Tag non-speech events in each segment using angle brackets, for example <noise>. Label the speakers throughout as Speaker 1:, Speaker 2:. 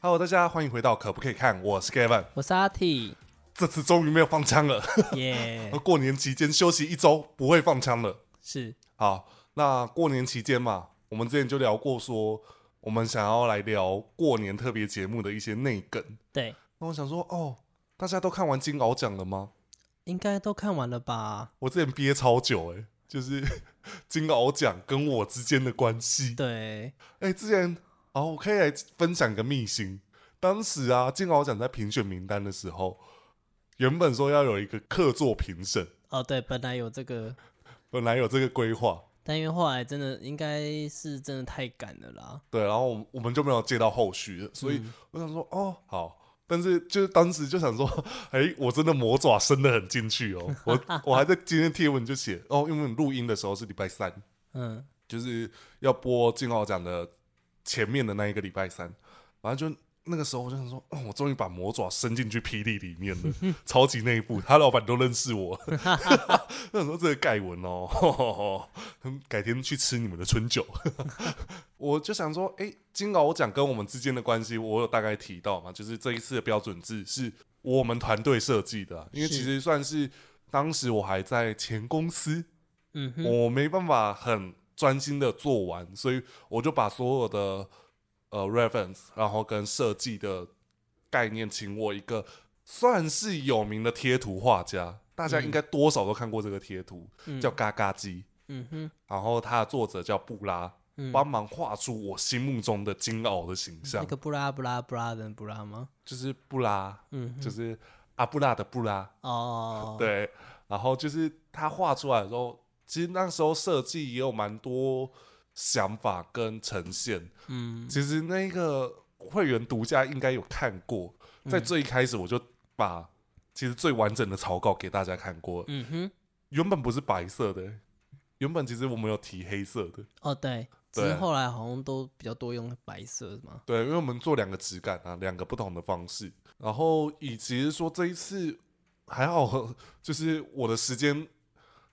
Speaker 1: Hello，大家欢迎回到可不可以看？我是 Gavin，
Speaker 2: 我是
Speaker 1: <laughs>
Speaker 2: 阿 T，
Speaker 1: 这次终于没有放枪了。
Speaker 2: 耶、
Speaker 1: 过年期间休息一周，不会放枪了。
Speaker 2: 是
Speaker 1: 好，那过年期间嘛，我们之前就聊过说，我们想要来聊过年特别节目的一些内梗。
Speaker 2: 对，
Speaker 1: 那我想说，哦，大家都看完金鳌奖了吗？
Speaker 2: 应该都看完了吧？
Speaker 1: 我之前憋超久、欸，就是 <laughs> 金鳌奖跟我之间的关系。
Speaker 2: 对，
Speaker 1: 哎、之前哦，我可以来分享个秘辛。当时啊，金鳌奖在评选名单的时候，原本说要有一个客座评审，
Speaker 2: 哦对，本来有这个，
Speaker 1: 本来有这个规划，
Speaker 2: 但因为后来真的应该是真的太赶了啦。
Speaker 1: 对，然后我们我们就没有接到后续了，所以我想说，哦，好。但是就是当时就想说， <laughs> 哎、我真的魔爪伸的很进去哦。我我还在今天贴文就写哦，因为我们录音的时候是礼拜三，
Speaker 2: 嗯，
Speaker 1: 就是要播金鳌奖的前面的那一个礼拜三，反正就那个时候我就想说，哦，我终于把魔爪伸进去霹雳里面了，超级内部，他老板都认识我， <laughs> 那时候这个盖文哦 <laughs> 吼吼吼，改天去吃你们的春酒， <laughs> 我就想说，哎、金鳌奖跟我们之间的关系，我有大概提到嘛，就是这一次的标准制是我们团队设计的啊、因为
Speaker 2: 是
Speaker 1: 其实算是当时我还在前公司，
Speaker 2: 嗯哼，
Speaker 1: 我没办法很专心的做完，所以我就把所有的呃 reference，然后跟设计的概念，请我一个算是有名的贴图画家，大家应该多少都看过这个贴图，
Speaker 2: 嗯
Speaker 1: 叫嘎嘎鸡，
Speaker 2: 嗯哼，
Speaker 1: 然后它的作者叫布拉，
Speaker 2: 嗯，
Speaker 1: 帮忙画出我心目中的金鳌的形象，
Speaker 2: 那个布拉布拉布拉的布拉吗？
Speaker 1: 就是布拉，
Speaker 2: 嗯哼，
Speaker 1: 就是阿布拉的布拉，
Speaker 2: 哦，，
Speaker 1: 对，然后就是他画出来的时候，其实那时候设计也有蛮多想法跟呈现。
Speaker 2: 嗯
Speaker 1: 其实那个会员独家应该有看过，在最一开始我就把其实最完整的草稿给大家看过。
Speaker 2: 嗯哼，
Speaker 1: 原本不是白色的、原本其实我们有提黑色的，
Speaker 2: 哦对，只
Speaker 1: 对
Speaker 2: 是后来好像都比较多用白色嘛。
Speaker 1: 对，因为我们做两个质感啊，两个不同的方式，然后以及是说这一次还好，就是我的时间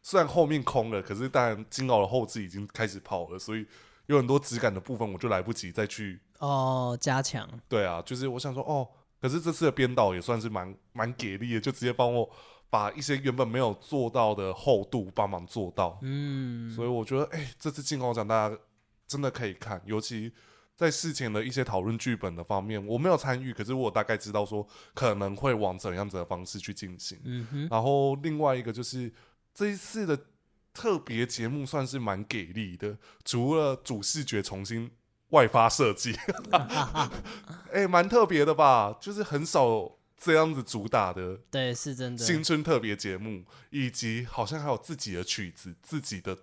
Speaker 1: 虽然后面空了，可是当然金鳌的后置已经开始跑了，所以有很多质感的部分我就来不及再去。
Speaker 2: 哦，加强，
Speaker 1: 对啊，就是我想说哦，可是这次的编导也算是蛮蛮给力的，就直接帮我把一些原本没有做到的厚度帮忙做到。
Speaker 2: 嗯，
Speaker 1: 所以我觉得，哎、这次金鳌奖大家真的可以看，尤其在事前的一些讨论剧本的方面，我没有参与，可是我大概知道说可能会往怎样子的方式去进行。
Speaker 2: 嗯哼，
Speaker 1: 然后另外一个就是这一次的特别节目算是蛮给力的，除了主视觉重新外发设
Speaker 2: <laughs>
Speaker 1: 计，哎、蛮特别的吧？就是很少有这样子主打的
Speaker 2: 对，是真的，
Speaker 1: 新春特别节目，以及好像还有自己的曲子、自己的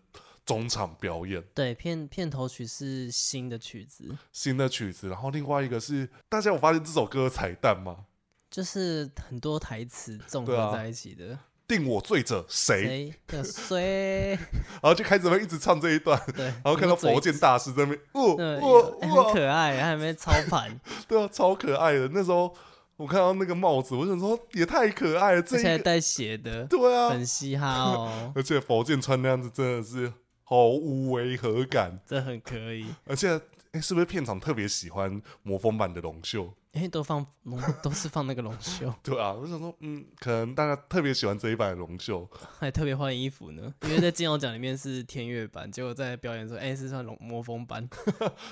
Speaker 1: 中场表演、
Speaker 2: 对，片片头曲是新的曲子，
Speaker 1: 新的曲子。然后另外一个是，大家有发现这首歌的彩蛋吗？
Speaker 2: 就是很多台词综
Speaker 1: 对啊
Speaker 2: 合在一起的。
Speaker 1: 定我罪者谁？
Speaker 2: 谁那
Speaker 1: <laughs>
Speaker 2: 个谁？
Speaker 1: 然后就开始会一直唱这一段，
Speaker 2: 对，然
Speaker 1: 然后看到佛剑，大师在那边，哦
Speaker 2: 对，
Speaker 1: 哦
Speaker 2: 有哎很
Speaker 1: 哦，
Speaker 2: 可爱，还没操盘，
Speaker 1: 对啊，超可爱的。那时候我看到那个帽子，我想说也太可爱 <laughs> 了，这
Speaker 2: 而且还
Speaker 1: 一个
Speaker 2: 带鞋的，
Speaker 1: 对啊，，
Speaker 2: 很嘻哈哦
Speaker 1: 而且佛剑穿那样子真的是毫无违和感，
Speaker 2: 这很可以。
Speaker 1: 而且。哎，是不是片场特别喜欢魔风版的龙秀？
Speaker 2: 因为都放龙，都是放那个龙袖，
Speaker 1: <laughs> 对啊，我想说，嗯，可能大家特别喜欢这一版的龙秀，
Speaker 2: <laughs> 还特别换衣服呢。因为在金龙奖里面是天乐版，结果在表演说，哎、是算龙魔风版，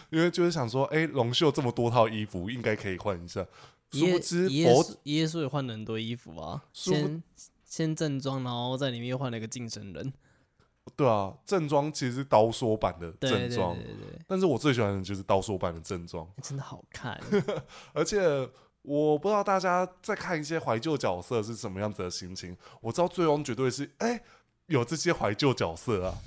Speaker 1: 因为就是想说，哎、龙秀这么多套衣服，应该可以换一下。殊
Speaker 2: 耶
Speaker 1: 不知
Speaker 2: 耶
Speaker 1: 佛
Speaker 2: 稣耶稣也换了很多衣服啊，
Speaker 1: 殊不
Speaker 2: 先先正装，然后在里面又换了一个近身人，
Speaker 1: 对啊，正装其实是刀说版的
Speaker 2: 对对
Speaker 1: 正
Speaker 2: 对
Speaker 1: 装，
Speaker 2: 对对对
Speaker 1: 但是我最喜欢的就是刀说版的正装，
Speaker 2: 真的好看，
Speaker 1: 而且我不知道大家在看一些怀旧角色是什么样子的心情。我知道醉翁绝对是哎、有这些怀旧角色啊，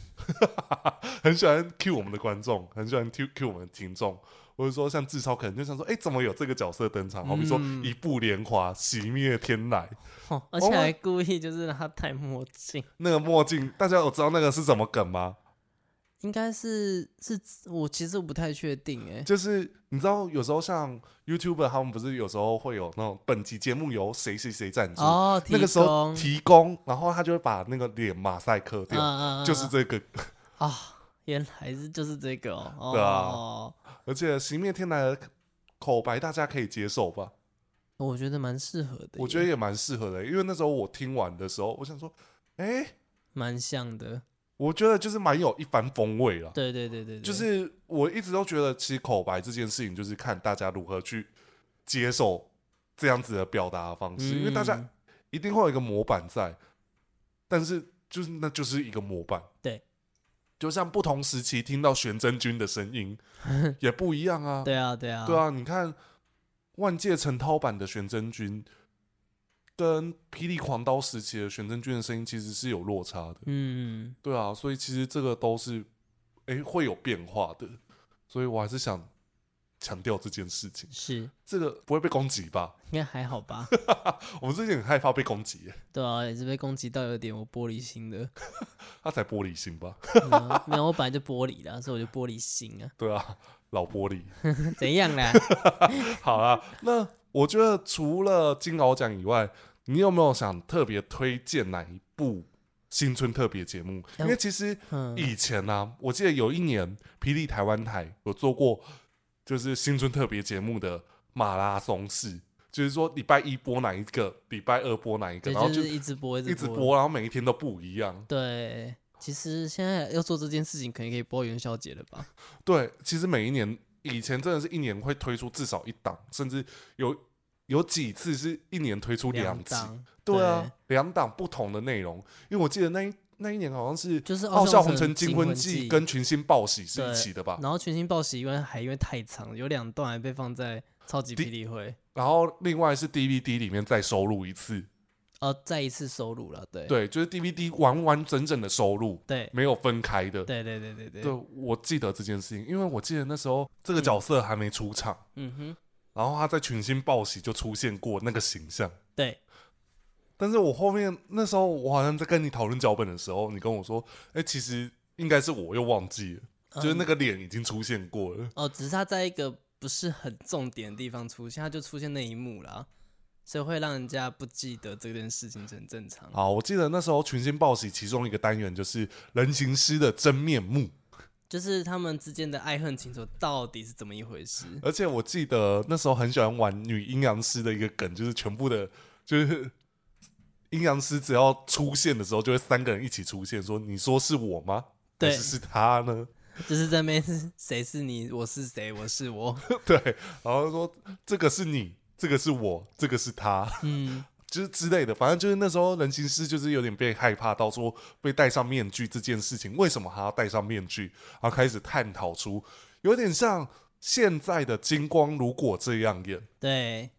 Speaker 1: <laughs> 很喜欢 cue 我们的观众，很喜欢 cue cue 我们的听众。或者说像志超可能就想说，哎、怎么有这个角色登场？好比说
Speaker 2: 嗯
Speaker 1: 一步莲花熄灭天籁，
Speaker 2: 哦
Speaker 1: 我
Speaker 2: 而且
Speaker 1: 们
Speaker 2: 还故意就是让他戴墨镜，
Speaker 1: 那个墨镜，大家有知道那个是什么梗吗？
Speaker 2: 应该是是我其实不太确定哎、
Speaker 1: 就是你知道，有时候像 YouTuber 他们不是有时候会有那种本集节目由谁谁谁赞助，
Speaker 2: 哦，
Speaker 1: 那个
Speaker 2: 提
Speaker 1: 时候
Speaker 2: 供
Speaker 1: 提供，然后他就会把那个脸马赛克
Speaker 2: 嗯
Speaker 1: 掉，
Speaker 2: 嗯嗯
Speaker 1: 就是这个。
Speaker 2: 啊、原来是就是这个哦，
Speaker 1: 对啊
Speaker 2: 哦，
Speaker 1: 而且《熄灭天籁》的口白大家可以接受吧？
Speaker 2: 我觉得蛮适合的耶，
Speaker 1: 我觉得也蛮适合的、因为那时候我听完的时候，我想说，哎、
Speaker 2: 蛮像的。
Speaker 1: 我觉得就是蛮有一番风味了。
Speaker 2: 对对对对对，
Speaker 1: 就是我一直都觉得，其实口白这件事情，就是看大家如何去接受这样子的表达的方式，因为大家
Speaker 2: 嗯
Speaker 1: 一定会有一个模板在，但是就是那就是一个模板。
Speaker 2: 对，
Speaker 1: 就像不同时期听到玄真君的声
Speaker 2: <laughs>
Speaker 1: 音也不一样啊。
Speaker 2: 对啊对啊
Speaker 1: 对，啊，你看万界陈涛版的玄真君。跟霹雳狂刀时期的玄真君的声音其实是有落差的，
Speaker 2: 嗯，
Speaker 1: 对啊，所以其实这个都是诶会有变化的，所以我还是想强调这件事情。
Speaker 2: 是应
Speaker 1: 这个不会被攻击吧？
Speaker 2: 该还
Speaker 1: <laughs>
Speaker 2: 好吧？
Speaker 1: 我们之前很害怕被攻击耶，
Speaker 2: 对啊，也是被攻击到有点我玻璃
Speaker 1: <laughs>
Speaker 2: 心的，
Speaker 1: 他才玻璃心吧？
Speaker 2: 嗯没有，我本来就玻璃啦，所以我就玻璃心啊，
Speaker 1: 对啊，老玻璃。
Speaker 2: 怎样啦？
Speaker 1: 好啊，那我觉得除了金鳌奖以外，你有没有想特别推荐哪一部新春特别节目？因为其实 <laughs>
Speaker 2: 嗯，
Speaker 1: 以前呢、啊，我记得有一年霹雳台湾台有做过，就是新春特别节目的马拉松式，就是说礼拜一播哪一个，礼拜二播哪一个，
Speaker 2: 对，
Speaker 1: 然后就
Speaker 2: 就
Speaker 1: 是
Speaker 2: 一直播
Speaker 1: 一
Speaker 2: 一
Speaker 1: 直
Speaker 2: 直。
Speaker 1: 播，然后每一天都不一样。
Speaker 2: 对，其实现在要做这件事情，可能可以播元宵节了吧？
Speaker 1: 对，其实每一年以前真的是一年会推出至少一档，甚至有有几次是一年推出两集。
Speaker 2: 档，
Speaker 1: 对啊，两档不同的内容，因为我记得那一那一年好像是《
Speaker 2: 就是《
Speaker 1: 傲笑红尘
Speaker 2: 尘
Speaker 1: 金婚记》跟《群星报喜》是一
Speaker 2: 对
Speaker 1: 起的吧？
Speaker 2: 然后《全新报喜》因为还因为太长了，有两段还被放在超级
Speaker 1: 第
Speaker 2: 霹雳会，
Speaker 1: 然后另外是 DVD 里面再收录一次，
Speaker 2: 呃，再一次收录了，对，
Speaker 1: 对，就是 DVD 完完整整的收录，
Speaker 2: 对，
Speaker 1: 没有分开的。
Speaker 2: 对，对，对，对，对
Speaker 1: 对，，我记得这件事情，因为我记得那时候这个角色还没出场，
Speaker 2: 嗯哼，
Speaker 1: 然后他在群星报喜就出现过那个形象。
Speaker 2: 对，
Speaker 1: 但是我后面那时候，我好像在跟你讨论脚本的时候，你跟我说，哎、其实应该是我又忘记了，就是那
Speaker 2: 嗯
Speaker 1: 个脸已经出现过了。
Speaker 2: 哦，只是他在一个不是很重点的地方出现，他就出现那一幕啦，所以会让人家不记得这件事情，很正常。
Speaker 1: 好，我记得那时候群星报喜其中一个单元就是人形师的真面目。
Speaker 2: 就是他们之间的爱恨情仇到底是怎么一回事？
Speaker 1: 而且我记得那时候很喜欢玩女阴阳师的一个梗，就是全部的，就是阴阳师只要出现的时候，就会三个人一起出现，说你说是我吗？
Speaker 2: 对
Speaker 1: 还是是他呢？
Speaker 2: 就是这边是谁是你，我是谁，我是我，
Speaker 1: 对，然后说这个是你，这个是我，这个是他，
Speaker 2: 嗯，
Speaker 1: 就是之类的。反正就是那时候人形师就是有点被害怕到说被戴上面具这件事情，为什么他要戴上面具？然后开始探讨出有点像现在的金光如果这样演。
Speaker 2: 对，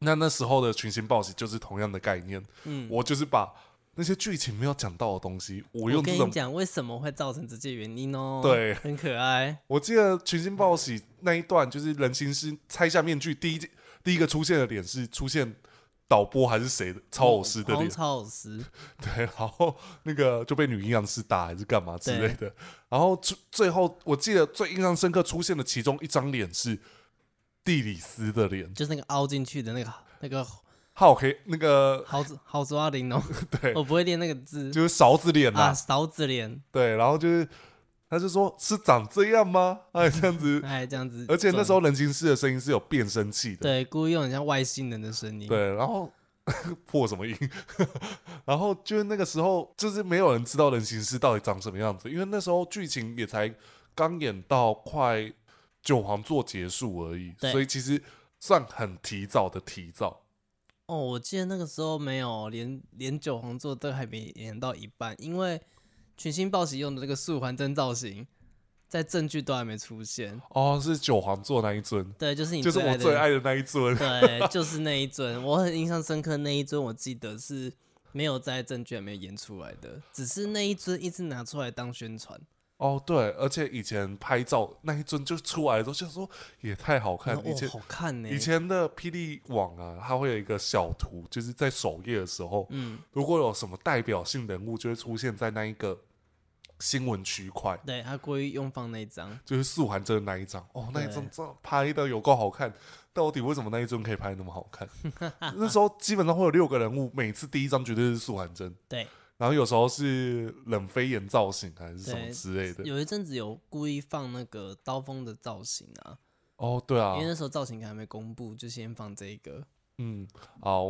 Speaker 1: 那那时候的群星报喜就是同样的概念，
Speaker 2: 嗯。
Speaker 1: 我就是把那些剧情没有讲到的东西，我
Speaker 2: 我
Speaker 1: 用这
Speaker 2: 跟你
Speaker 1: 种。
Speaker 2: 讲，为什么会造成这些原因哦？
Speaker 1: 对
Speaker 2: 很可爱。
Speaker 1: 我记得群星报喜那一段，就是人形师拆下面具，第一第一个出现的脸是出现导播还是谁的超偶师的
Speaker 2: 好像
Speaker 1: 脸，
Speaker 2: 超偶师，
Speaker 1: 对， <laughs> 然后那个就被女阴阳师打还是干嘛之类的，然后最最后我记得最印象深刻出现的其中一张脸是地理斯的脸，
Speaker 2: 就是那个凹进去的那个那个
Speaker 1: 浩 K 那
Speaker 2: <laughs>
Speaker 1: 个
Speaker 2: 豪子豪抓玲珑，
Speaker 1: <laughs> 对
Speaker 2: 我不会念那个字
Speaker 1: 就是勺子脸啦
Speaker 2: 啊，，勺子脸，
Speaker 1: 对，然后就是他就说是长这样吗？ <laughs> 哎，这样
Speaker 2: <laughs>
Speaker 1: 子，
Speaker 2: 哎，这样子转。
Speaker 1: 而且那时候人形师的声音是有变声器的，
Speaker 2: 对故意用很像外星人的声音，，哦
Speaker 1: 对，然后 <laughs> 破什么音， <laughs> 然后就是那个时候就是没有人知道人形师到底长什么样子，因为那时候剧情也才刚演到快九皇座结束而已，
Speaker 2: 对
Speaker 1: 所以其实算很提早的提早。
Speaker 2: 哦，我记得那个时候没有连连九皇座都还没演到一半，因为群星报喜用的那个素环真造型，在证据都还没出现。
Speaker 1: 哦，是九皇座那一尊，
Speaker 2: 对，就是你
Speaker 1: 就是
Speaker 2: 最爱
Speaker 1: 我
Speaker 2: 的
Speaker 1: 最爱的那一尊。
Speaker 2: 对，就是那一尊，我很印象深刻。那一尊我记得是没有在证据还没有演出来的，只是那一尊一直拿出来当宣传。
Speaker 1: 哦，对，而且以前拍照那一尊就出来的时候，想说也太好看
Speaker 2: 我，说
Speaker 1: 以
Speaker 2: 哦
Speaker 1: 前
Speaker 2: 好看呢、
Speaker 1: 以前的霹雳网啊，它会有一个小图，就是在首页的时候，
Speaker 2: 嗯，
Speaker 1: 如果有什么代表性人物，就会出现在那一个新闻区块，
Speaker 2: 对他故意用放那一张，
Speaker 1: 就是素还真的那一张。哦，那一张
Speaker 2: 对
Speaker 1: 照拍的有够好看，到底为什么那一尊可以拍那么好
Speaker 2: <laughs>
Speaker 1: 看？那时候基本上会有六个人物，每次第一张绝对是素还真，
Speaker 2: 对，
Speaker 1: 然后有时候是冷飞炎造型还是什么
Speaker 2: 对
Speaker 1: 之类的。
Speaker 2: 有一阵子有故意放那个刀锋的造型啊，
Speaker 1: 哦，对啊
Speaker 2: 因，为那时候造型还没公布，就先放这一个。 <laughs>
Speaker 1: 嗯，好，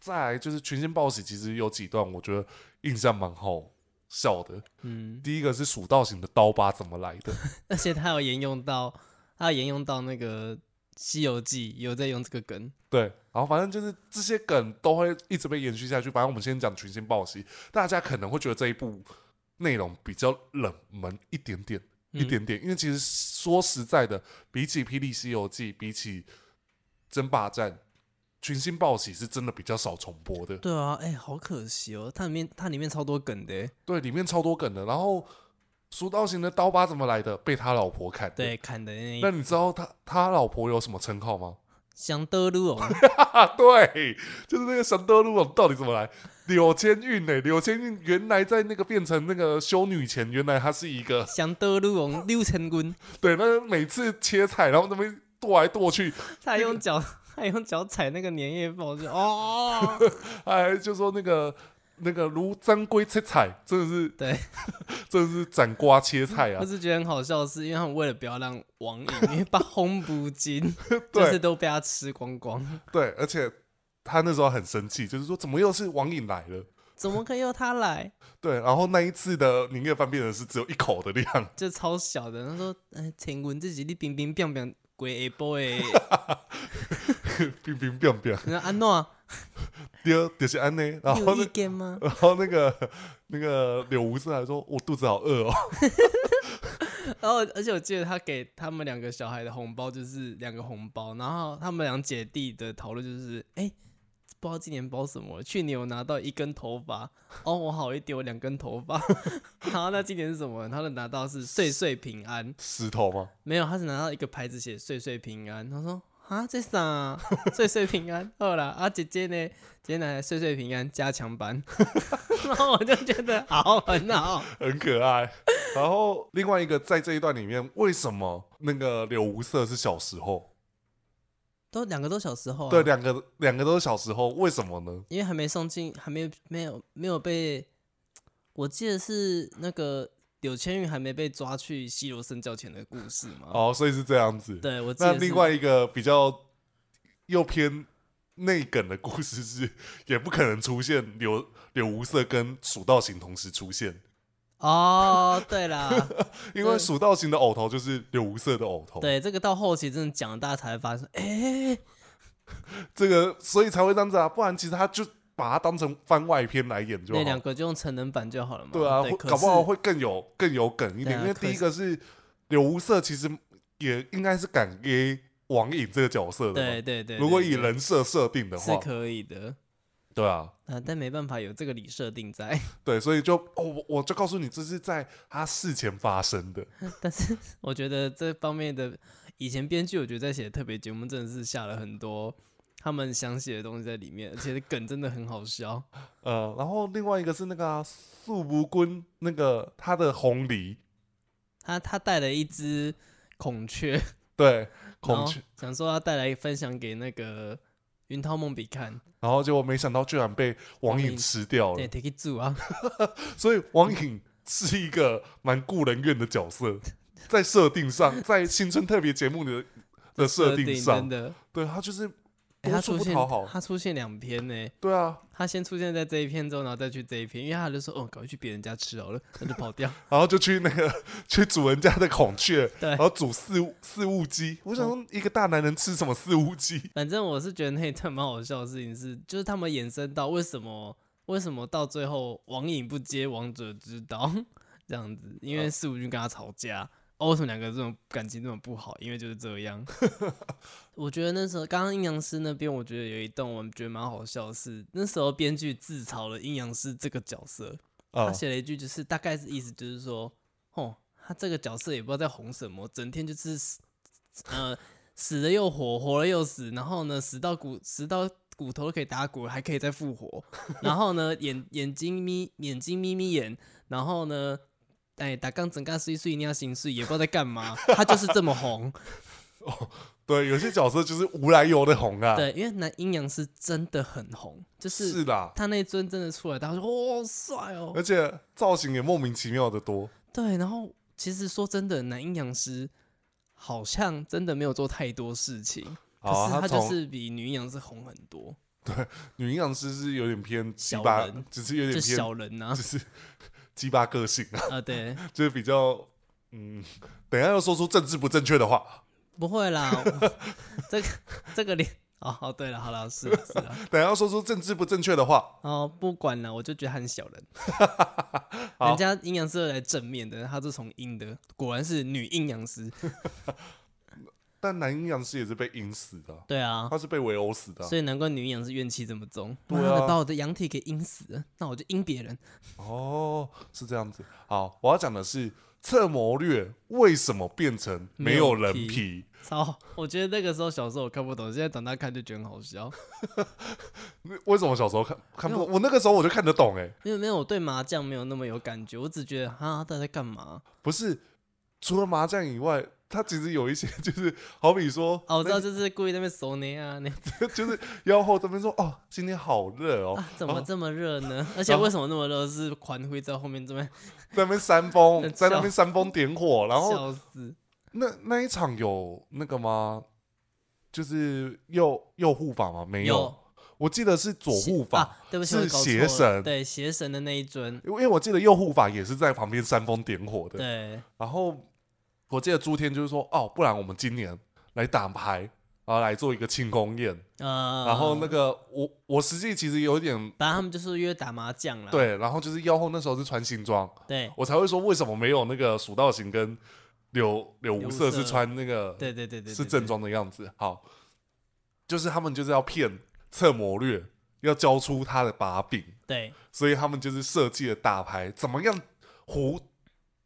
Speaker 1: 再来就是《群星报喜》，其实有几段我觉得印象蛮好笑的。
Speaker 2: 嗯，
Speaker 1: 第一个是蜀道型的刀疤怎么来的， <laughs>
Speaker 2: 而且他有沿用到，他有沿用到那个《西游记》，有在用这个梗。
Speaker 1: 对，然后反正就是这些梗都会一直被延续下去。反正我们先讲《群星报喜》，大家可能会觉得这一部内容比较冷门一点点，一
Speaker 2: 嗯
Speaker 1: 点点，因为其实说实在的，比起《霹雳西游记》，比起《争霸战》，《群星报喜》是真的比较少重播的。
Speaker 2: 对啊，哎、好可惜哦，它里面它里面超多梗的欸。
Speaker 1: 对，里面超多梗的。然后蜀道型的刀疤怎么来的？被他老婆砍的。
Speaker 2: 对，砍的那
Speaker 1: 那
Speaker 2: 一
Speaker 1: 你知道他他老婆有什么称号吗？ <laughs>
Speaker 2: 香德路哦，
Speaker 1: 啊，对，就是那个神德路到底怎么来？柳千韵呢、柳千韵原来在那个变成那个修女前，原来她是一个
Speaker 2: 香德路 <laughs> 哦，六千棍，
Speaker 1: 对，那每次切菜，然后那边剁来剁去，
Speaker 2: 他还用脚，他还用脚踩那个年夜饭，我就 <laughs> 哦，
Speaker 1: 哎，就说那个那个如沾龟切菜，真的是
Speaker 2: 对，
Speaker 1: <laughs> 真的是斩瓜切菜啊
Speaker 2: 我！是觉得很好笑，是因为他们为了不要让王赢，因为把红补 <laughs> 金就是
Speaker 1: 对
Speaker 2: 都被他吃光光，
Speaker 1: 对，而且他那时候很生气，就是说怎么又是王颖来了？
Speaker 2: 怎么可以由他来？
Speaker 1: 对，然后那一次的年夜饭变成是只有一口的量， <laughs>
Speaker 2: 就超小的，他说，哎、陈文自己你冰冰冰冰鬼 A boy，
Speaker 1: 冰冰冰冰，
Speaker 2: 你说安诺 <laughs> 啊，
Speaker 1: 第二就是安内，然
Speaker 2: 你
Speaker 1: 后
Speaker 2: 有
Speaker 1: 呢
Speaker 2: 意，见吗？
Speaker 1: 然后那个那个柳无志还说：“我肚子好饿哦。
Speaker 2: 然后，而且我记得他给他们两个小孩的红包就是两个红包，然后他们两姐弟的讨论就是，哎、不知道今年包什么，去年我拿到一根头发，哦，我好一点，我两根头发， <laughs> 然后那今年是什么？他们拿到是岁岁平安”，
Speaker 1: 石头吗？
Speaker 2: 没有，他只拿到一个牌子写岁岁平安，他说。啊，这啥、啊？岁岁平安，好啦，啊，姐姐呢？姐姐拿来岁岁平安加强版， <laughs> 然后我就觉得好，很好，
Speaker 1: 很可爱。然后另外一个在这一段里面，为什么那个柳无色是小时候？
Speaker 2: 都两个都小时候、啊，
Speaker 1: 对，两个两个都是小时候，为什么呢？
Speaker 2: 因为还没送进，还没没有没有被，我记得是那个柳千玉还没被抓去西罗圣教前的故事嘛。，
Speaker 1: 哦，所以是这样子。
Speaker 2: 对，我记
Speaker 1: 那
Speaker 2: 得是
Speaker 1: 另外一个比较又偏内梗的故事是，也不可能出现柳柳无色跟蜀道行同时出现，
Speaker 2: 哦，对
Speaker 1: <laughs>
Speaker 2: 啦，
Speaker 1: 因为
Speaker 2: 对
Speaker 1: 蜀道行的偶头就是柳无色的偶头。
Speaker 2: 对这个到后期真的讲了，大家才会发现，哎、
Speaker 1: 这个，所以才会这样子啊，不然其实他就把它当成番外篇来演就
Speaker 2: 那两
Speaker 1: 好。
Speaker 2: 个就用成人版就好了嘛。
Speaker 1: 对啊，
Speaker 2: 对
Speaker 1: 会
Speaker 2: 可
Speaker 1: 搞不好
Speaker 2: 是
Speaker 1: 会更有更有梗一
Speaker 2: 对
Speaker 1: 点，
Speaker 2: 啊
Speaker 1: 因为
Speaker 2: 可
Speaker 1: 第一个是柳无色，其实也应该是敢给王颖这个角色的嘛。
Speaker 2: 对对对，
Speaker 1: 如果
Speaker 2: 对
Speaker 1: 以
Speaker 2: 对
Speaker 1: 人设设定的
Speaker 2: 是
Speaker 1: 话，
Speaker 2: 可以的。
Speaker 1: 对啊，
Speaker 2: 啊，但没办法，有这个理设定在，
Speaker 1: 对，所以就哦，我我就告诉你，这是在他事前发生的。
Speaker 2: 但是我觉得这方面的以前编剧，我觉得在写特别节目真的是下了很多他们想写的东西在里面，而且梗真的很好笑。
Speaker 1: 呃，然后另外一个是那个啊素不君，那个他的红梨，
Speaker 2: 他他带了一只孔雀，
Speaker 1: 对，
Speaker 2: 然
Speaker 1: 孔
Speaker 2: 后
Speaker 1: 雀，
Speaker 2: 想说要带来分享给那个云涛梦比看，
Speaker 1: 然后结果没想到居然被王
Speaker 2: 王
Speaker 1: 颖
Speaker 2: 颖
Speaker 1: 吃掉了
Speaker 2: 对，。take it 住
Speaker 1: <laughs>
Speaker 2: 啊，
Speaker 1: 所以王颖是一个蛮故人怨的角色，在设定上，在新春特别节目的的设定
Speaker 2: 真
Speaker 1: 上，
Speaker 2: 的。
Speaker 1: 对他就是
Speaker 2: 诶
Speaker 1: 多
Speaker 2: 他
Speaker 1: 处
Speaker 2: 出
Speaker 1: 不
Speaker 2: 现
Speaker 1: 讨好，
Speaker 2: 他出现两篇呢、
Speaker 1: 对啊，
Speaker 2: 他先出现在这一篇之后，然后再去这一篇，因为他就说哦，赶快去别人家吃好了，他就跑掉。
Speaker 1: 然后就去那个 <laughs> 去煮人家的孔雀，
Speaker 2: 对嗯
Speaker 1: 然后煮四物四物鸡，我想说一个大男人吃什么四物鸡？
Speaker 2: 反正我是觉得那一段蛮好笑的事情是，就是他们衍生到为什么为什么到最后王颖不接王者之道这样子，因为四五军跟他吵架，哦，为什么两个这种感情这么不好？因为就是这样。我觉得那时候刚刚阴阳师那边，我觉得有一段我觉得蛮好笑的是，那时候编剧自嘲了阴阳师这个角色，
Speaker 1: 啊、
Speaker 2: 他写了一句，就是大概是意思就是说，哦，他这个角色也不知道在红什么，整天就是死呃死了又活，活了又死，然后呢死到骨死到骨头都可以打骨，还可以再复活， <laughs> 然后呢眼眼睛眯眼睛眯眯眼，然后呢。哎，打杠整杠碎碎，你要心碎，也不知道在干嘛。他就是这么红，
Speaker 1: 对，有些角色就是无来由的红啊，
Speaker 2: 对，因为男阴阳师真的很红，就是
Speaker 1: 是啦，
Speaker 2: 他那一尊真的出来，大家说哦帅哦，
Speaker 1: 而且造型也莫名其妙的多，
Speaker 2: 对，然后其实说真的，男阴阳师好像真的没有做太多事情，
Speaker 1: 好啊，
Speaker 2: 可是
Speaker 1: 他
Speaker 2: 他就
Speaker 1: 从
Speaker 2: 是比女营养师红很多，
Speaker 1: 女营养师是有点偏鸡
Speaker 2: 小
Speaker 1: 巴
Speaker 2: 人，
Speaker 1: 只是有
Speaker 2: 就
Speaker 1: 点偏
Speaker 2: 小人呐、
Speaker 1: <laughs> 鸡巴个性啊， <laughs>
Speaker 2: 啊，啊对，
Speaker 1: 就是比较嗯，等一下要说出政治不正确的话，
Speaker 2: 不会啦，我 <laughs> 这个这个连哦哦对了，好了是啦是啦，
Speaker 1: 等一下要说出政治不正确的话，
Speaker 2: 哦不管了，我就觉得他很小
Speaker 1: <laughs>
Speaker 2: 人，
Speaker 1: 好
Speaker 2: 人家阴阳师来正面的，他是从阴的，果然是女阴阳师，
Speaker 1: 但男营养师也是被阴死的啊，<laughs>
Speaker 2: 对啊，
Speaker 1: 他是被围殴死的啊，
Speaker 2: 所以难怪女阴阳师怨气这么重，
Speaker 1: 对
Speaker 2: 妈的
Speaker 1: 啊
Speaker 2: 把我的阳体给阴死了，那我就阴别人，
Speaker 1: 哦，是这样子。好，我要讲的是策谋略为什么变成没有人
Speaker 2: 没有
Speaker 1: 皮？
Speaker 2: 操，我觉得那个时候小时候我看不懂，现在长大看就觉得很好 <laughs> 笑。
Speaker 1: 为什么小时候看看不懂？我那个时候我就看得懂哎、
Speaker 2: 没有没有，我对麻将没有那么有感觉，我只觉得哈，大家在干嘛？
Speaker 1: 不是除了麻将以外，它其实有一些 <laughs> 就是好比说，
Speaker 2: 哦，我知道，就是故意在那边手捏啊，那
Speaker 1: 就是腰后这边说哦，今天好热哦，
Speaker 2: 啊怎么这么热 <laughs> 呢？而且为什么那么热？是狂辉在后面这边
Speaker 1: 在那边煽风，
Speaker 2: 很
Speaker 1: 在那
Speaker 2: 笑
Speaker 1: 边煽风点火，然后
Speaker 2: 笑死。
Speaker 1: 那那一场有那个吗？就是右右护法吗？没
Speaker 2: 有
Speaker 1: 我记得是左护法。
Speaker 2: 啊，对不起，
Speaker 1: 是
Speaker 2: 我搞错
Speaker 1: 邪
Speaker 2: 了
Speaker 1: 神
Speaker 2: 对邪神的那一尊，
Speaker 1: 因为我记得右护法也是在旁边煽风点火的。
Speaker 2: <laughs> 对
Speaker 1: 然后我记得朱天就是说，哦，不然我们今年来打牌，然后来做一个庆功宴。
Speaker 2: 呃，
Speaker 1: 然后那个我我实际其实有点
Speaker 2: 反正他们就是约打麻将啦，
Speaker 1: 对，然后就是妖后那时候是穿新装，
Speaker 2: 对
Speaker 1: 我才会说为什么没有那个蜀道行跟柳柳无
Speaker 2: 柳
Speaker 1: 色
Speaker 2: 无色
Speaker 1: 是穿那个
Speaker 2: 对对对对，
Speaker 1: 是
Speaker 2: 对
Speaker 1: 正，装的样子。好，就是他们就是要骗策谋略，要交出他的把柄。
Speaker 2: 对
Speaker 1: 所以他们就是设计了打牌，怎么样胡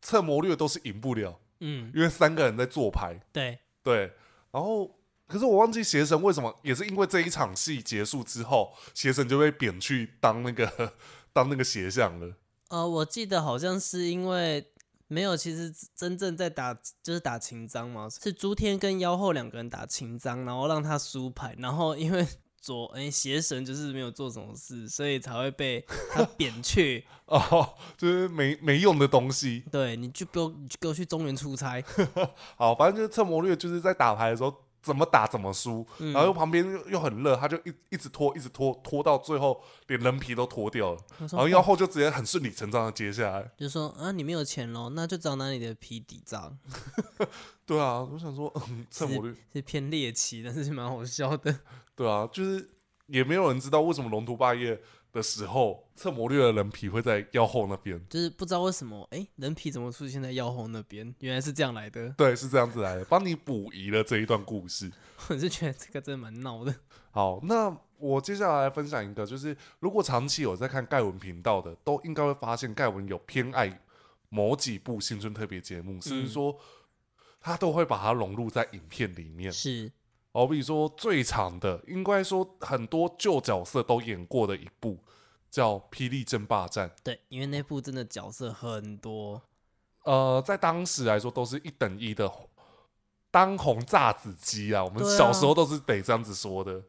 Speaker 1: 策谋略都是赢不了，
Speaker 2: 嗯
Speaker 1: 因为三个人在做牌。
Speaker 2: 对，
Speaker 1: 对，然后可是我忘记邪神为什么，也是因为这一场戏结束之后，邪神就被贬去当那个当那个邪像了。
Speaker 2: 呃，我记得好像是因为没有，其实真正在打就是打情章嘛，是朱天跟妖后两个人打情章，然后让他输牌，然后因为左哎、邪神就是没有做什么事，所以才会被他贬去。
Speaker 1: 哦，就是没没用的东西。
Speaker 2: 对，你就给我你就给我去中原出差，
Speaker 1: 好，反正就是策谋略就是在打牌的时候怎么打怎么输，
Speaker 2: 嗯
Speaker 1: 然后又旁边又又很热，他就一一直拖，一直拖，拖到最后连人皮都脱掉了，
Speaker 2: 我
Speaker 1: 然
Speaker 2: 说
Speaker 1: 后
Speaker 2: 哦
Speaker 1: 妖后就直接很顺理成章的接下来。
Speaker 2: 就说啊你没有钱喽，那就找拿你的皮抵账，
Speaker 1: 对啊，我想说，嗯，
Speaker 2: 其
Speaker 1: 趁
Speaker 2: 实
Speaker 1: 我的
Speaker 2: 是偏猎奇，但是蛮好笑的。
Speaker 1: 对啊，就是也没有人知道为什么龙图霸业的时候，侧魔略的人皮会在腰后那边。
Speaker 2: 就是不知道为什么，哎、人皮怎么出现在妖后那边？原来是这样来的， <laughs>
Speaker 1: 对，是这样子来的，帮你补遗了这一段故事。
Speaker 2: 我就觉得这个真的蛮闹的。
Speaker 1: 好，那我接下来分享一个，就是如果长期有在看盖文频道的，都应该会发现盖文有偏爱某几部新春特别节目，甚至说他都会把它融入在影片里面。
Speaker 2: 是，
Speaker 1: 好比说最长的，应该说很多旧角色都演过的一部，叫《霹雳争霸战》。
Speaker 2: 对，因为那部真的角色很多，
Speaker 1: 呃，在当时来说都是一等一的红当红炸子鸡啊，我们
Speaker 2: 对啊
Speaker 1: 小时候都是得这样子说的。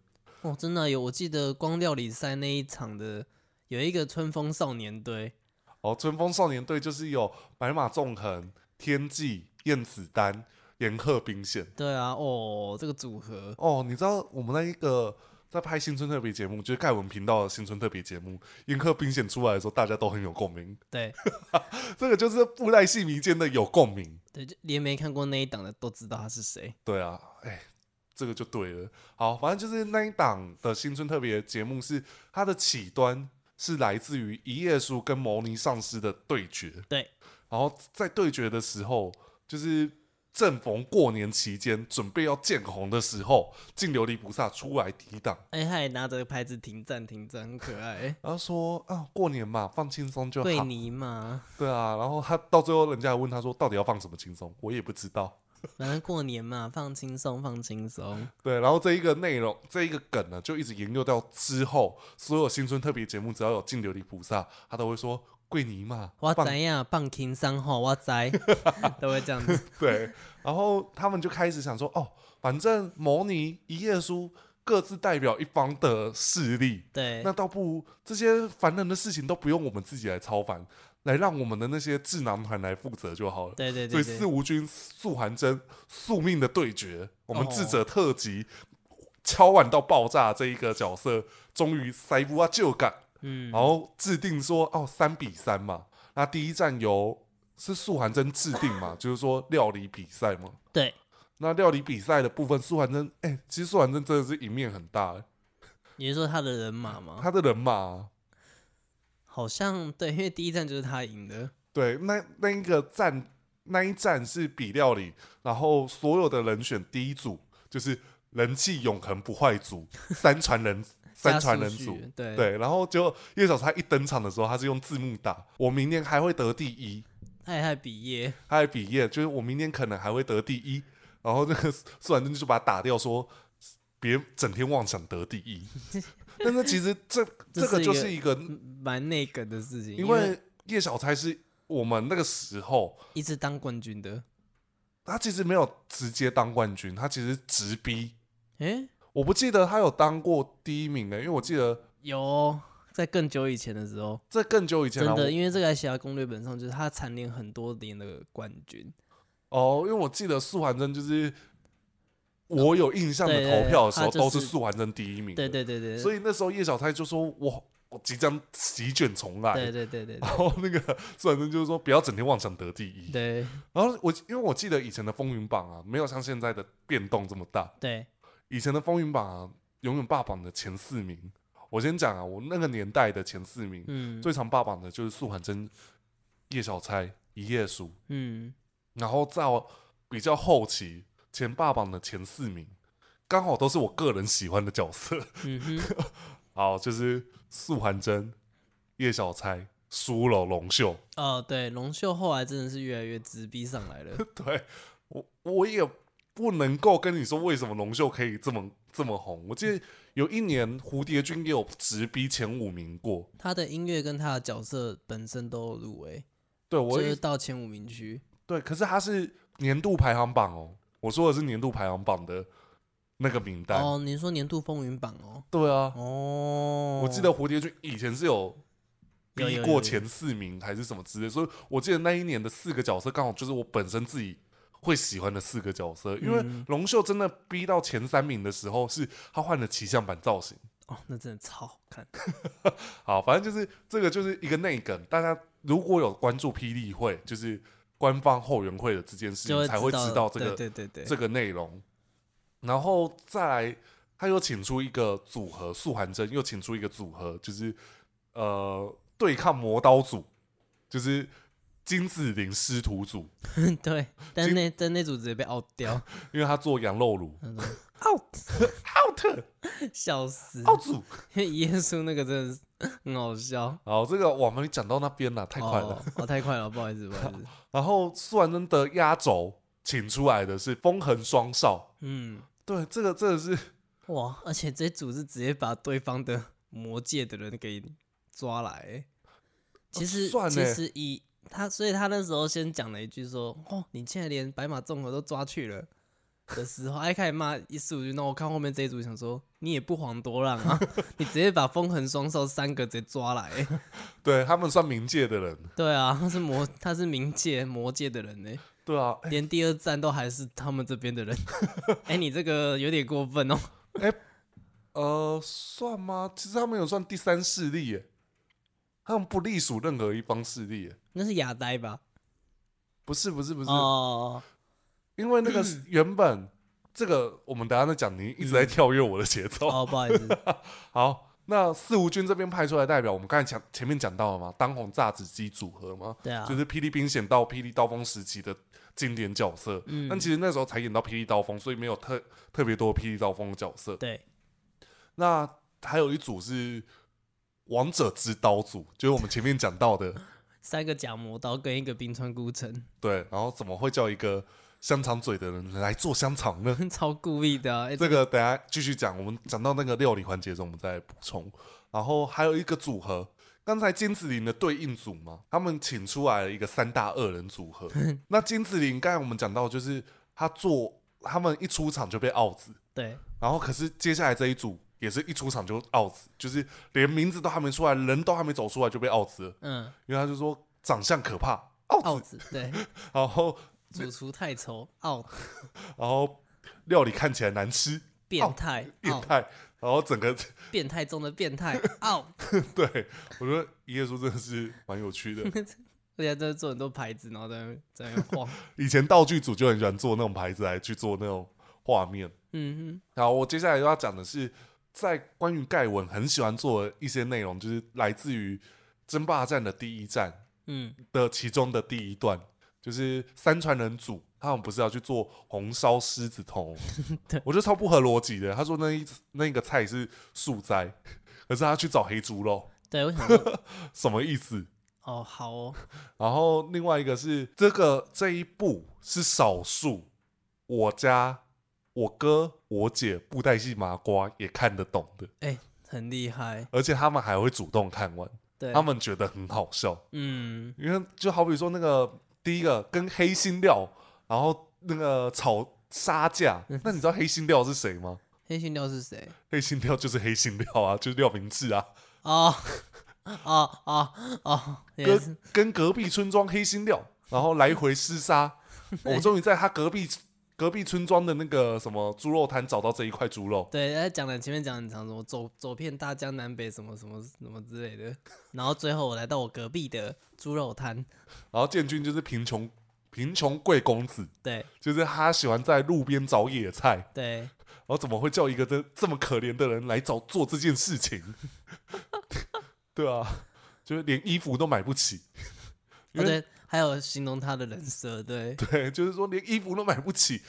Speaker 2: 哦，真的有。我记得光料理赛那一场的有一个春风少年队，
Speaker 1: 哦，春风少年队就是有白马纵横、天际、燕子丹、岩鹤兵线。
Speaker 2: 对啊，哦，这个组合，
Speaker 1: 哦，你知道我们那一个在拍新春特别节目，就是盖文频道的新春特别节目，岩鹤兵线出来的时候，大家都很有共鸣。
Speaker 2: 对
Speaker 1: 这个就是布袋戏迷间的有共鸣。
Speaker 2: 对，就连没看过那一档的都知道他是谁。
Speaker 1: 对啊，哎，这个就对了。好，反正就是那一档的新春特别节目是它的起端是来自于一页书跟牟尼上师的对决。
Speaker 2: 对，
Speaker 1: 然后在对决的时候，就是正逢过年期间准备要见红的时候，净琉璃菩萨出来抵挡，
Speaker 2: 哎、他也拿着牌子停战停战，很可爱。
Speaker 1: 然后说啊，过年嘛，放轻松 <laughs> 就
Speaker 2: 桂
Speaker 1: 好。
Speaker 2: 尼嘛，
Speaker 1: 对啊，然后他到最后，人家还问他说，到底要放什么轻松？我也不知道。
Speaker 2: 反正过年嘛，放轻松，放轻松。
Speaker 1: 对，然后这一个内容，这一个梗呢，就一直沿用到之后，所有新春特别节目，只要有净琉璃菩萨，他都会说“桂尼嘛”，
Speaker 2: 我
Speaker 1: 棒
Speaker 2: 怎样放轻松吼，我
Speaker 1: <laughs>
Speaker 2: 知都会这样子。
Speaker 1: 对。然后他们就开始想说，哦，反正牟尼、一页书各自代表一方的势力，
Speaker 2: 对
Speaker 1: <laughs> 那，倒不如这些烦人的事情都不用我们自己来操烦，来让我们的那些智囊团来负责就好了。
Speaker 2: 对对
Speaker 1: 所
Speaker 2: 对
Speaker 1: 以四
Speaker 2: 对，
Speaker 1: 无君、素还真宿命的对决，我们智者特辑、
Speaker 2: 哦
Speaker 1: 敲碗到爆炸这一个角色，终于塞布啊就干，
Speaker 2: 嗯，
Speaker 1: 然后制定说哦三比三嘛，那第一站由是素还真制定
Speaker 2: <laughs>
Speaker 1: 嘛，就是说料理比赛嘛。
Speaker 2: 对，
Speaker 1: 那料理比赛的部分，素还真哎、其实素还真真的是赢面很大、欸
Speaker 2: 你是说他的人马吗？
Speaker 1: 他的人马、啊
Speaker 2: 好像对，因为第一站就是他赢的，
Speaker 1: 对，那那一个站那一站是比料理，然后所有的人选第一组就是人气永恒不坏组，三传
Speaker 2: <laughs>
Speaker 1: 人 <laughs> 三
Speaker 2: 加
Speaker 1: 传
Speaker 2: 数
Speaker 1: 人
Speaker 2: 据
Speaker 1: 组。
Speaker 2: 对
Speaker 1: 对，然后就叶小钗一登场的时候，他是用字幕打“我明年还会得第一
Speaker 2: 他也还比耶，”，
Speaker 1: 他还比耶，就是我明年可能还会得第一。然后那个 <laughs> 苏婉珍就把他打掉说，别整天妄想得第
Speaker 2: <laughs>
Speaker 1: 一。但是其实这
Speaker 2: 这
Speaker 1: 这个
Speaker 2: 是一
Speaker 1: 就
Speaker 2: 个
Speaker 1: 是一个，
Speaker 2: 嗯蛮内梗的事情，
Speaker 1: 因
Speaker 2: 因为
Speaker 1: 为叶小钗是我们那个时候
Speaker 2: 一直当冠军的，
Speaker 1: 他其实没有直接当冠军，他其实直逼。
Speaker 2: 诶，
Speaker 1: 我不记得他有当过第一名的、因为我记得
Speaker 2: 有哦在更久以前的时候，
Speaker 1: 这更久以前
Speaker 2: 真
Speaker 1: 了、
Speaker 2: 的，
Speaker 1: 我
Speaker 2: 因为这个在其他攻略本上就是他蝉联很多年的冠军，
Speaker 1: 哦，因为我记得素还真就是我有印象的
Speaker 2: 对对
Speaker 1: 投票的时候
Speaker 2: 他就是
Speaker 1: 都是素还真第一名的，
Speaker 2: 对对对对，
Speaker 1: 所
Speaker 2: 以
Speaker 1: 以那时候叶小钗就说我我即将席卷重来，
Speaker 2: 对对对对
Speaker 1: <laughs> 然后那个素还真就是说不要整天妄想得第一，
Speaker 2: 对
Speaker 1: 然后我因为我记得以前的风云榜啊，没有像现在的变动这么大，
Speaker 2: 对
Speaker 1: 以前的风云榜啊，永远霸榜的前四名，我先讲啊，我那个年代的前四名， <laughs>
Speaker 2: 嗯
Speaker 1: 最常霸榜的就是素还真、叶小钗、一夜书，
Speaker 2: 嗯
Speaker 1: 然后到比较后期前霸榜的前四名，刚好都是我个人喜欢的角色，
Speaker 2: 嗯哼，
Speaker 1: 好，就是素还真、叶小钗、苏柔、龙秀，
Speaker 2: 哦对，龙秀后来真的是越来越直逼上
Speaker 1: <laughs>
Speaker 2: 来了，
Speaker 1: 对我我也不能够跟你说为什么龙秀可以这么这么红，我记得有一年蝴蝶君也有直逼前五名过。
Speaker 2: 他的音乐跟他的角色本身都有入围，
Speaker 1: 对，我
Speaker 2: 就
Speaker 1: 也
Speaker 2: 是到前五名区，
Speaker 1: 对，可是它是年度排行榜哦，我说的是年度排行榜的那个名单。
Speaker 2: 哦，你说年度风云榜哦，
Speaker 1: 对啊，
Speaker 2: 哦，
Speaker 1: 我记得蝴蝶君以前是有
Speaker 2: 有
Speaker 1: 逼
Speaker 2: 有
Speaker 1: 过
Speaker 2: 有
Speaker 1: 前四名还是什么之类，所以我记得那一年的四个角色刚好就是我本身自己会喜欢的四个角色，因为
Speaker 2: 嗯
Speaker 1: 龙秀真的逼到前三名的时候，是他换了骑象版造型。
Speaker 2: 哦，那真的超好
Speaker 1: <laughs>
Speaker 2: 看，
Speaker 1: 好，反正就是这个就是一个内梗，大家如果有关注霹雳会，就是官方后援会的这件事
Speaker 2: 就
Speaker 1: 情，才会知道这个
Speaker 2: 对对对
Speaker 1: 这
Speaker 2: 对，
Speaker 1: 个内容，然后再来，他又请出一个组合，素还真又请出一个组合，就是呃对抗磨刀组，就是金子林师徒组，
Speaker 2: <laughs> 对，但那但那组直接被 out
Speaker 1: <laughs>
Speaker 2: 掉
Speaker 1: 因为他做羊肉炉
Speaker 2: ，out，
Speaker 1: ，out
Speaker 2: <laughs> 笑死，
Speaker 1: out 组。
Speaker 2: <laughs> 因为耶稣那个真的是很好笑，
Speaker 1: 好，这个我们讲到那边了，太快了。
Speaker 2: 哦，哦太快了，不好意思，不好意思，
Speaker 1: <laughs> 然后素还真的压轴请出来的是风痕双少，
Speaker 2: 嗯，
Speaker 1: 对，这个真的是
Speaker 2: 哇，而且这组是直接把对方的 <laughs> 魔界的人给抓来欸，其实
Speaker 1: 算
Speaker 2: 其
Speaker 1: 欸
Speaker 2: 实以他，所以他那时候先讲了一句说：“哦，你现在连白马综合都抓去了。”的时候，还开始骂一四五句，那我看后面这一组想说，你也不遑多让啊， <laughs> 你直接把风痕双兽三个直接抓来欸、
Speaker 1: <laughs> 对他们算冥界的人，
Speaker 2: 对啊，他是魔，他是冥界魔界的人呢、
Speaker 1: 对啊，
Speaker 2: 连第二站都还是他们这边的人。 <laughs> 哎、你这个有点过分哦。
Speaker 1: 呃，算吗？其实他们有算第三势力耶，他们不隶属任何一方势力耶。
Speaker 2: 那是哑呆吧？
Speaker 1: 不是不是不是，
Speaker 2: 哦，
Speaker 1: 因为那个
Speaker 2: <clears throat>
Speaker 1: 是原本这个我们等一下再讲，你一直在跳跃我的节奏。
Speaker 2: 哦，不好意
Speaker 1: <laughs>
Speaker 2: 思，
Speaker 1: 好，那四无军这边派出来的代表，我们刚才讲前面讲到了嘛，当红炸子鸡组合嘛，
Speaker 2: 对啊，
Speaker 1: 就是霹雳兵险到霹雳刀锋时期的经典角色。
Speaker 2: 嗯
Speaker 1: 但其实那时候才演到霹雳刀锋，所以没有特特别多霹雳刀锋的角色。
Speaker 2: 对，
Speaker 1: 那还有一组是王者之刀组，就是我们前面讲到的，
Speaker 2: 三个假魔刀跟一个冰川孤城， <laughs>
Speaker 1: 对。然后怎么会叫一个香肠嘴的人来做香肠呢？
Speaker 2: 超故意的、啊。哎
Speaker 1: 这个等一下继续讲，我们讲到那个料理环节中，我们再补充。然后还有一个组合，刚才金子林的对应组嘛，他们请出来了一个三大恶人组合。那金子林刚才我们讲到，就是他做他们一出场就被奥子，
Speaker 2: 对，
Speaker 1: 然后可是接下来这一组也是一出场就 out，就是连名字都还没出来，人都还没走出来就被 out 了，
Speaker 2: 嗯，
Speaker 1: 因为他就说长相可怕，奥
Speaker 2: 奥
Speaker 1: 子，
Speaker 2: 子对，
Speaker 1: 然后
Speaker 2: 主厨
Speaker 1: <laughs>
Speaker 2: 太丑，奥子
Speaker 1: 然后料理看起来难吃，
Speaker 2: 变态，
Speaker 1: 变
Speaker 2: 奥
Speaker 1: 态，然后整个
Speaker 2: 变态中的变态，奥， <laughs>
Speaker 1: 对我觉得一页书真的是蛮有趣的。
Speaker 2: 而且在做很多牌子，然后在那边在那边
Speaker 1: <laughs>
Speaker 2: 晃，
Speaker 1: 以前道具组就很喜欢做那种牌子来去做那种画面。
Speaker 2: 嗯
Speaker 1: 然后我接下来要讲的是，在关于盖文很喜欢做的一些内容，就是来自于《争霸战》的第一站
Speaker 2: 哼嗯
Speaker 1: 的其中的第一段，就是三传人组他们不是要去做红烧狮子头
Speaker 2: <laughs> 对，
Speaker 1: 我觉得超不合逻辑的。他说那一那个菜是素斋，可是他去找黑猪肉，
Speaker 2: 对，我想
Speaker 1: <laughs>
Speaker 2: 说，
Speaker 1: 什么意思？
Speaker 2: 哦，好哦，
Speaker 1: 然后另外一个是这个这一部是少数，我家我哥我姐布袋戏麻瓜也看得懂的，
Speaker 2: 哎很厉害，
Speaker 1: 而且他们还会主动看完，
Speaker 2: 对，
Speaker 1: 他们觉得很好笑。
Speaker 2: 嗯，
Speaker 1: 因为就好比说那个第一个跟黑心料，然后那个吵杀价，那你知道黑心料是谁吗？
Speaker 2: 黑心料是谁？
Speaker 1: 黑心料就是黑心料啊， <laughs> 就是廖明志啊， <laughs>
Speaker 2: 哦哦哦哦，也是
Speaker 1: 跟跟隔壁村庄黑心料，然后来回厮杀。我终于在他隔壁隔壁村庄的那个什么猪肉摊找到这一块猪肉，
Speaker 2: 对，他讲的前面讲很长，什么走走遍大江南北，什么什么什么之类的，然后最后我来到我隔壁的猪肉摊，
Speaker 1: 然后建军就是贫穷贫穷贵公子，
Speaker 2: 对
Speaker 1: 就是他喜欢在路边找野菜，
Speaker 2: 对，
Speaker 1: 然后怎么会叫一个这这么可怜的人来找做这件事情？ <laughs> 对啊，就是连衣服都买不起，因为
Speaker 2: 哦对，还有形容他的人设，对
Speaker 1: 对，就是说连衣服都买不起。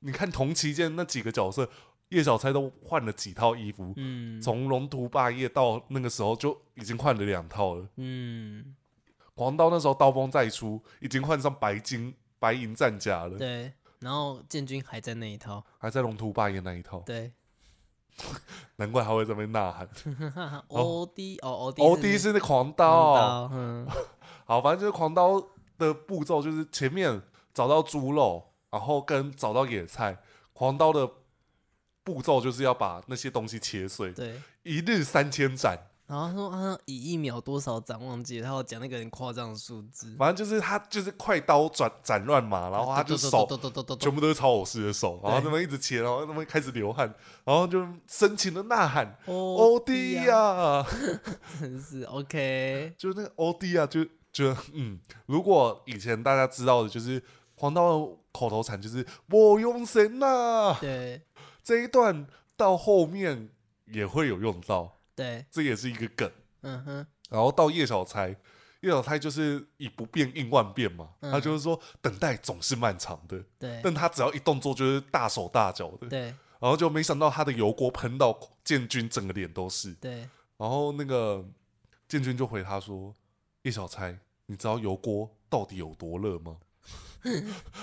Speaker 1: 你看同期间那几个角色，叶小钗都换了几套衣服，
Speaker 2: 嗯
Speaker 1: 从龙图霸业到那个时候就已经换了两套了。
Speaker 2: 嗯，
Speaker 1: 黄刀那时候刀锋再出，已经换上白金白银战甲了，
Speaker 2: 对，然后建军还在那一套，
Speaker 1: 还在龙图霸业那一套，
Speaker 2: 对，
Speaker 1: 难怪还会在那边呐喊。
Speaker 2: <laughs> 欧弟哦欧弟
Speaker 1: 欧弟是那哦狂刀，
Speaker 2: 刀，嗯，
Speaker 1: 好，反正就是狂刀的步骤就是前面找到猪肉，然后跟找到野菜。狂刀的步骤就是要把那些东西切碎，
Speaker 2: 对，
Speaker 1: 一日三千斩。
Speaker 2: 然后他说啊以一秒多少斩忘记了，他有讲那个很夸张的数字，
Speaker 1: 反正就是他就是快刀斩斩乱麻，然后他就手
Speaker 2: 抖抖抖抖抖
Speaker 1: 全部都是超偶式的手，然后他们一直切，然后他们开始流汗，然后就深情的呐喊
Speaker 2: 欧
Speaker 1: 欧弟
Speaker 2: 哦呀，
Speaker 1: 呀！
Speaker 2: 真是 OK，
Speaker 1: <laughs> 就那个欧弟啊，就觉得嗯，如果以前大家知道的就是黄刀的口头禅就是“我用神呐、
Speaker 2: 对
Speaker 1: 这一段到后面也会有用到，
Speaker 2: 对，
Speaker 1: 这也是一个梗。
Speaker 2: 嗯哼。
Speaker 1: 然后到叶小钗，叶小钗就是以不变应万变嘛，
Speaker 2: 嗯
Speaker 1: 她就是说等待总是漫长的，
Speaker 2: 对
Speaker 1: 但她只要一动作就是大手大脚的，
Speaker 2: 对
Speaker 1: 然后就没想到她的油锅喷到建军整个脸都是，
Speaker 2: 对，
Speaker 1: 然后那个建军就回他说：“叶小钗，你知道油锅到底有多热吗？” <laughs>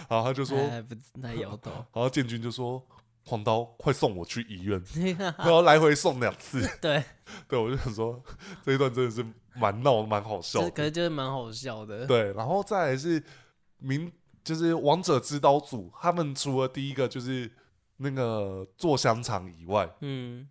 Speaker 1: 然后他就说，
Speaker 2: <laughs> 哎不那
Speaker 1: <laughs>
Speaker 2: 摇头，
Speaker 1: 然后建军就说：“黄刀，快送我去医院。”然后来回送两次。
Speaker 2: 对，
Speaker 1: 对，我就想说这一段真的是蛮闹蛮好笑
Speaker 2: 这可
Speaker 1: 的。
Speaker 2: 是就是蛮好笑的，
Speaker 1: 对，然后再来是明，就是王者之刀组，他们除了第一个就是那个做香肠以外，
Speaker 2: 嗯，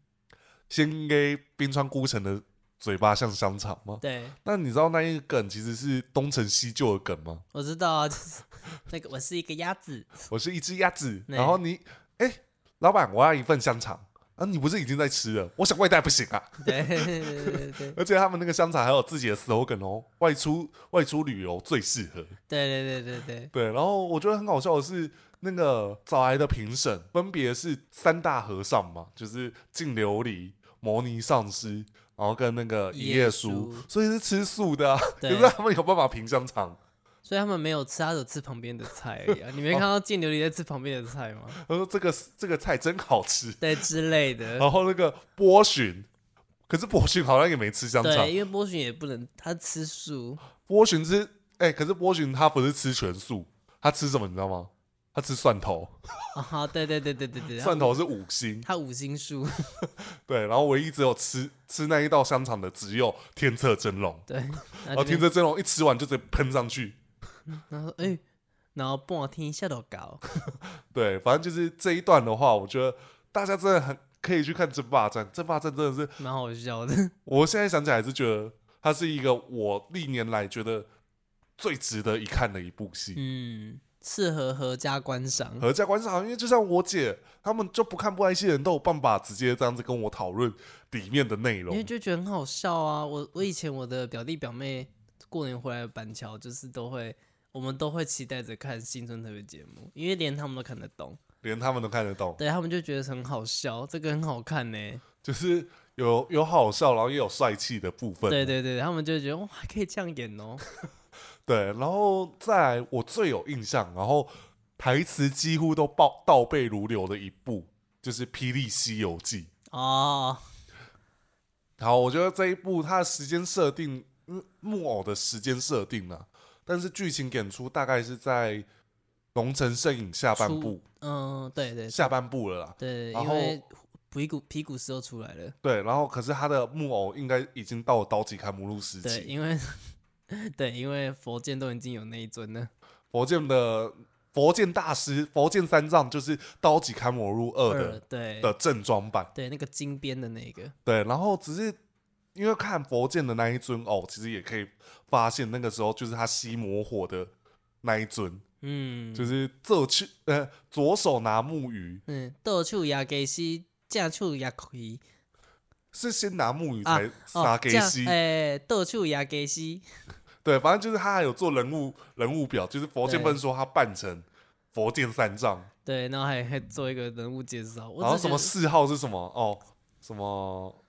Speaker 1: 先给冰川孤城的嘴巴像香肠吗？
Speaker 2: 对，
Speaker 1: 那你知道那一个梗其实是东成西就的梗吗？
Speaker 2: 我知道啊，就是 <laughs> 那个我是一个鸭子，
Speaker 1: 我是一只鸭
Speaker 2: <laughs>
Speaker 1: 子，
Speaker 2: 对
Speaker 1: 然后你，哎、老板，我要一份香肠。啊，你不是已经在吃了？我想外带不行啊！ <laughs>
Speaker 2: 对对对对对
Speaker 1: 而且他们那个香肠还有自己的 slogan 哦，外出外出旅游最适合。
Speaker 2: 对对对对，
Speaker 1: 对，然后我觉得很好笑的是，那个找来的评审分别是三大和尚嘛，就是净琉璃、摩尼上师，然后跟那个一页书
Speaker 2: 一页书，
Speaker 1: 所以是吃素的啊。可
Speaker 2: 对
Speaker 1: 是他们有办法评香肠，
Speaker 2: 所以他们没有吃，他只有吃旁边的菜而已啊，你
Speaker 1: 哦
Speaker 2: 没看到见琉璃在吃旁边的菜吗？
Speaker 1: 他说这个这个菜真好吃。
Speaker 2: 对之类的，
Speaker 1: 然后那个波旬，可是波旬好像也没吃香肠
Speaker 2: 对，，因为波旬也不能他吃素，
Speaker 1: 波旬是哎、可是波旬他不是吃全素，他吃什么你知道吗？他吃蒜头，
Speaker 2: 啊，对对对对对对，他
Speaker 1: 蒜头是五星，
Speaker 2: 他五星素，
Speaker 1: 对，然后唯一只有吃吃那一道香肠的只有天策真龙，
Speaker 2: 对，然
Speaker 1: 然
Speaker 2: 后
Speaker 1: 后
Speaker 2: 这
Speaker 1: 天
Speaker 2: 边
Speaker 1: 策真龙一吃完就直接喷上去，
Speaker 2: 然后说哎，然后半天下都搞，
Speaker 1: 对，反正就是这一段的话，我觉得大家真的很可以去看争霸战，争霸战真的是，
Speaker 2: 蛮好笑的，
Speaker 1: 我现在想起来还是觉得它是一个我历年来觉得最值得一看的一部戏。
Speaker 2: 嗯，适合合家观赏。
Speaker 1: 合家观赏，因为就像我姐他们就不看不爱戏的人都有办法直接这样子跟我讨论里面的内
Speaker 2: 因为
Speaker 1: 容。
Speaker 2: 就觉得很好笑啊！我我以前我的表弟表妹过年回来板桥，就是都会我们都会期待着看新春特别节目，因为连他们都看得懂，
Speaker 1: 连他们都看得懂，
Speaker 2: 对他们就觉得很好笑，这个很好看呢、
Speaker 1: 就是有有好笑，然后也有帅气的部分。
Speaker 2: 对对对，他们就觉得哇，还可以这样演哦、
Speaker 1: 对，然后在我最有印象，然后台词几乎都爆倒背如流的一部，就是《霹雳西游记》。
Speaker 2: 哦，
Speaker 1: 好，我觉得这一部它的时间设定，嗯，木偶的时间设定啊，但是剧情演出大概是在《龙城摄影》下半部，
Speaker 2: 嗯，对对
Speaker 1: 下半部了啦。
Speaker 2: 对，
Speaker 1: 然
Speaker 2: 因为皮古皮古斯又出来了，
Speaker 1: 对，然后可是他的木偶应该已经到了刀戟砍母鹿时
Speaker 2: 对，
Speaker 1: 期，
Speaker 2: 因为 <laughs> 对，因为佛剑都已经有那一尊了，
Speaker 1: 佛剑的佛剑大师佛剑三藏就是刀戟砍母鹿二的
Speaker 2: 对
Speaker 1: 的正装版。
Speaker 2: 对，那个金边的那个，
Speaker 1: 对，然后只是因为看佛剑的那一尊偶，其实也可以发现那个时候就是他吸魔火的那一尊，
Speaker 2: 嗯，
Speaker 1: 就是这去呃左手拿木鱼，
Speaker 2: 嗯，倒手也给西，正手也可以。
Speaker 1: 是先拿木鱼
Speaker 2: 啊
Speaker 1: 才杀给西，
Speaker 2: 哎，倒手也给西，
Speaker 1: 对，反正就是他还有做人物人物表，就是佛剑
Speaker 2: 对
Speaker 1: 分说他扮成佛剑三藏，
Speaker 2: 对，然后还还做一个人物介绍。我
Speaker 1: 然后
Speaker 2: 只
Speaker 1: 什么
Speaker 2: 觉
Speaker 1: 嗜好是什么哦什么，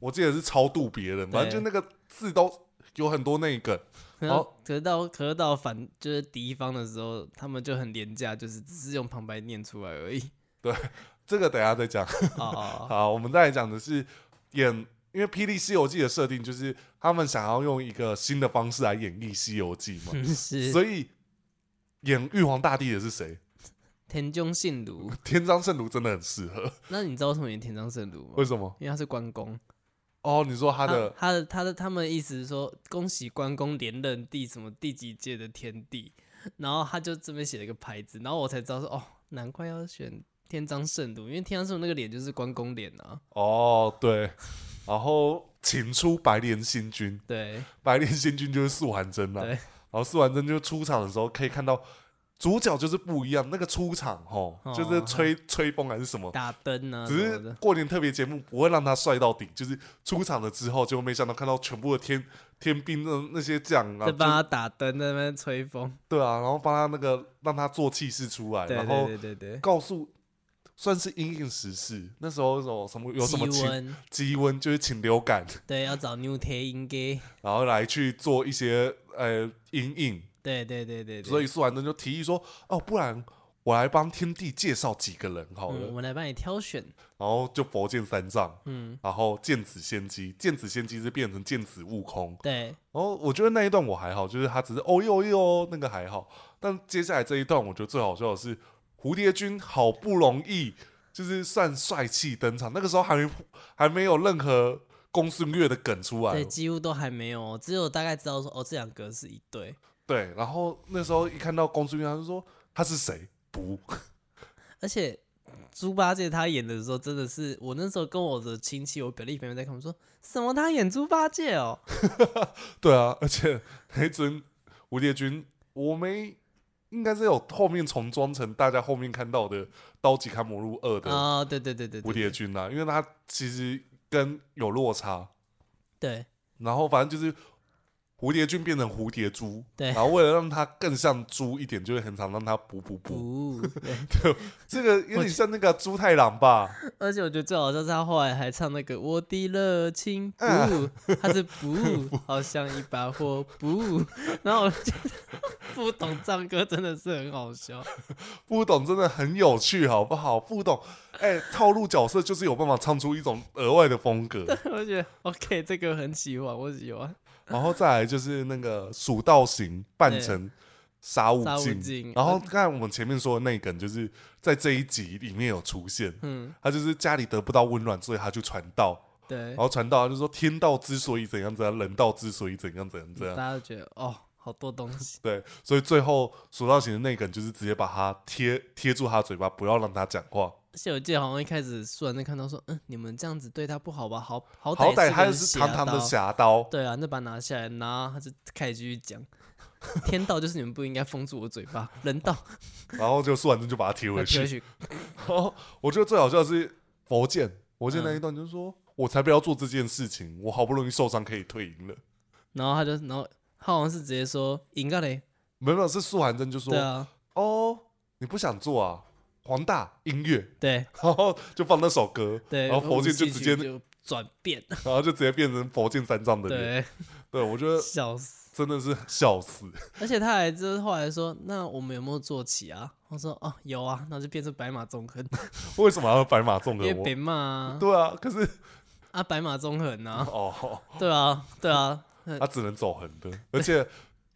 Speaker 1: 我记得是超度别人，反正就那个字都有很多内梗。
Speaker 2: 得然后
Speaker 1: 哦
Speaker 2: 可是到可是到反就是敌方的时候，他们就很廉价，就是只是用旁白念出来而
Speaker 1: <laughs>
Speaker 2: 已。
Speaker 1: 这个等一下再讲。
Speaker 2: 哦哦，哦
Speaker 1: 好，我们再来讲的是演，因为《霹雳西游记》的设定就是他们想要用一个新的方式来演绎《西游记》嘛，
Speaker 2: 嗯是
Speaker 1: 所以演玉皇大帝的是谁？
Speaker 2: 田中信儒。
Speaker 1: 天章圣奴真的很适合，
Speaker 2: 那你知道为什么演田中信儒
Speaker 1: 为
Speaker 2: 吗？
Speaker 1: 什么？
Speaker 2: 因为他是关公，
Speaker 1: 哦，你说他
Speaker 2: 他
Speaker 1: 的、
Speaker 2: 他的他的他们的意思是说，恭喜关公连任第什么第几届的天帝，然后他就这边写了一个牌子，然后我才知道说，哦，难怪要选天章圣奴，因为天章圣奴那个脸就是关公脸啊，
Speaker 1: 哦，对，然后请出白莲星君，
Speaker 2: 对，
Speaker 1: 白莲星君就是素还真啦、啊
Speaker 2: 对
Speaker 1: 然后素还真就出场的时候可以看到。主角就是不一样，那个出场吼，
Speaker 2: 哦
Speaker 1: 就是吹吹风还是什么，
Speaker 2: 打灯啊
Speaker 1: 只
Speaker 2: 什
Speaker 1: 是
Speaker 2: 么的，
Speaker 1: 过年特别节目不会让他帅到底，就是出场了之后，结果没想到看到全部的天天兵的那些将啊，
Speaker 2: 在帮
Speaker 1: 就是
Speaker 2: 他打灯，在那边吹风，
Speaker 1: 对啊，然后帮他那个让他做气势出来，
Speaker 2: 对
Speaker 1: 哎然
Speaker 2: 对
Speaker 1: 后
Speaker 2: 对对对，
Speaker 1: 告诉算是因应时事，那时候有什么 <laughs> 有什么
Speaker 2: 气
Speaker 1: 请
Speaker 2: 温，
Speaker 1: 鸡瘟，就是请流感， <laughs>
Speaker 2: 对，要找 New t a i 给，
Speaker 1: 然后来去做一些呃阴影，
Speaker 2: 对对对对对，嗯
Speaker 1: 所以苏完真就提议说，哦，不然我来帮天帝介绍几个人好
Speaker 2: 嗯
Speaker 1: 了，
Speaker 2: 我们来帮你挑选，
Speaker 1: 然后就佛剑三藏。
Speaker 2: 嗯，
Speaker 1: 然后剑子仙姬，剑子仙姬是变成剑子悟空，
Speaker 2: 对，
Speaker 1: 然后我觉得那一段我还好，就是他只是哦呦哦呦那个还好，但接下来这一段我觉得最好笑的是蝴蝶君好不容易就是算帅气登场，那个时候还没还没有任何公孙月的梗出来
Speaker 2: 对，，几乎都还没有，只有大概知道说，哦，这两个是一对。
Speaker 1: 对，然后那时候一看到公孙月，他就说他是谁？不，
Speaker 2: 而且猪八戒他演的时候，真的是我那时候跟我的亲戚、我表弟、表妹在看，我说什么他演猪八戒哦，
Speaker 1: 对啊，而且那一尊蝴蝶君我没。应该是有后面重装成大家后面看到的《刀戟砍魔录二》的
Speaker 2: 啊、对对对对
Speaker 1: 蝴
Speaker 2: 对
Speaker 1: 蝶君啊啦、因为他其实跟有落差，
Speaker 2: 对
Speaker 1: 然后反正就是蝴蝶君变成蝴蝶猪，
Speaker 2: 对
Speaker 1: 然后为了让它更像猪一点，就会很常让它补补补。
Speaker 2: 不，对 <laughs>
Speaker 1: 这个有点像那个猪太郎吧？
Speaker 2: 而且我觉得最好笑是他后来还唱那个我的热情不，他是不，好像一把火不， <laughs> 然后我就觉得不懂唱歌真的是很好笑，
Speaker 1: 不懂真的很有趣，好不好？不懂，哎、套路角色就是有办法唱出一种额外的风格。
Speaker 2: 我觉得 OK 这个很喜欢，我喜欢，
Speaker 1: 然后再来就是那个蜀道行扮
Speaker 2: 对
Speaker 1: 成沙悟
Speaker 2: 沙悟
Speaker 1: 净，
Speaker 2: 净
Speaker 1: 然后刚才我们前面说的那一梗，就是在这一集里面有出现。
Speaker 2: 嗯，
Speaker 1: 他就是家里得不到温暖，所以他去传道，
Speaker 2: 对
Speaker 1: 然，后传道他就说天道之所以怎样怎样，人道之所以怎样怎样怎
Speaker 2: 大
Speaker 1: 样，
Speaker 2: 家就觉得哦，好多东西，
Speaker 1: 对，所以最后蜀道行的那梗就是直接把他贴贴住他嘴巴，不要让他讲话。
Speaker 2: 而且我记得好像一开始苏然在看到说，嗯，你们这样子对他不好吧？好好
Speaker 1: 好歹
Speaker 2: 歹是
Speaker 1: 他
Speaker 2: 个
Speaker 1: 是
Speaker 2: 侠
Speaker 1: 堂堂的
Speaker 2: 盗
Speaker 1: 侠刀，
Speaker 2: 对啊，那把他拿下来，然后他就开始继续讲， <laughs> 天道就是你们不应该封住我嘴巴，人道
Speaker 1: 然后就苏婉珍就把他踢
Speaker 2: 要
Speaker 1: 回
Speaker 2: 贴回
Speaker 1: 去。哦
Speaker 2: 去。
Speaker 1: 我觉得最好笑的是佛剑，佛剑
Speaker 2: 嗯
Speaker 1: 那一段就是说，我才不要做这件事情，我好不容易受伤可以退营了。
Speaker 2: 然后他就，然后他好像是直接说赢个嘞，
Speaker 1: 没有，没有是苏婉珍就说
Speaker 2: 对，啊，
Speaker 1: 哦，你不想做啊？黄大音乐， <laughs>
Speaker 2: 对
Speaker 1: 然后就放那首歌，
Speaker 2: 对，
Speaker 1: 然后佛
Speaker 2: 武
Speaker 1: 剑
Speaker 2: 器
Speaker 1: 就直接
Speaker 2: 区，就转变，
Speaker 1: 然后就直接变呃成佛剑三藏的脸。对，
Speaker 2: 对，
Speaker 1: 我觉得
Speaker 2: 笑死。
Speaker 1: 真的是 <laughs> 笑死。
Speaker 2: 而且他还就是后来说，那我们有没有坐骑啊？我说哦有啊，那就变成白马纵横，
Speaker 1: 为什么要白马纵
Speaker 2: 因为
Speaker 1: 横我
Speaker 2: 别？骂啊，
Speaker 1: 对啊，可
Speaker 2: <laughs>
Speaker 1: 是
Speaker 2: 啊白马纵横
Speaker 1: <laughs>
Speaker 2: 啊，
Speaker 1: 哦，
Speaker 2: 对啊对啊，
Speaker 1: 他只能走横的，而且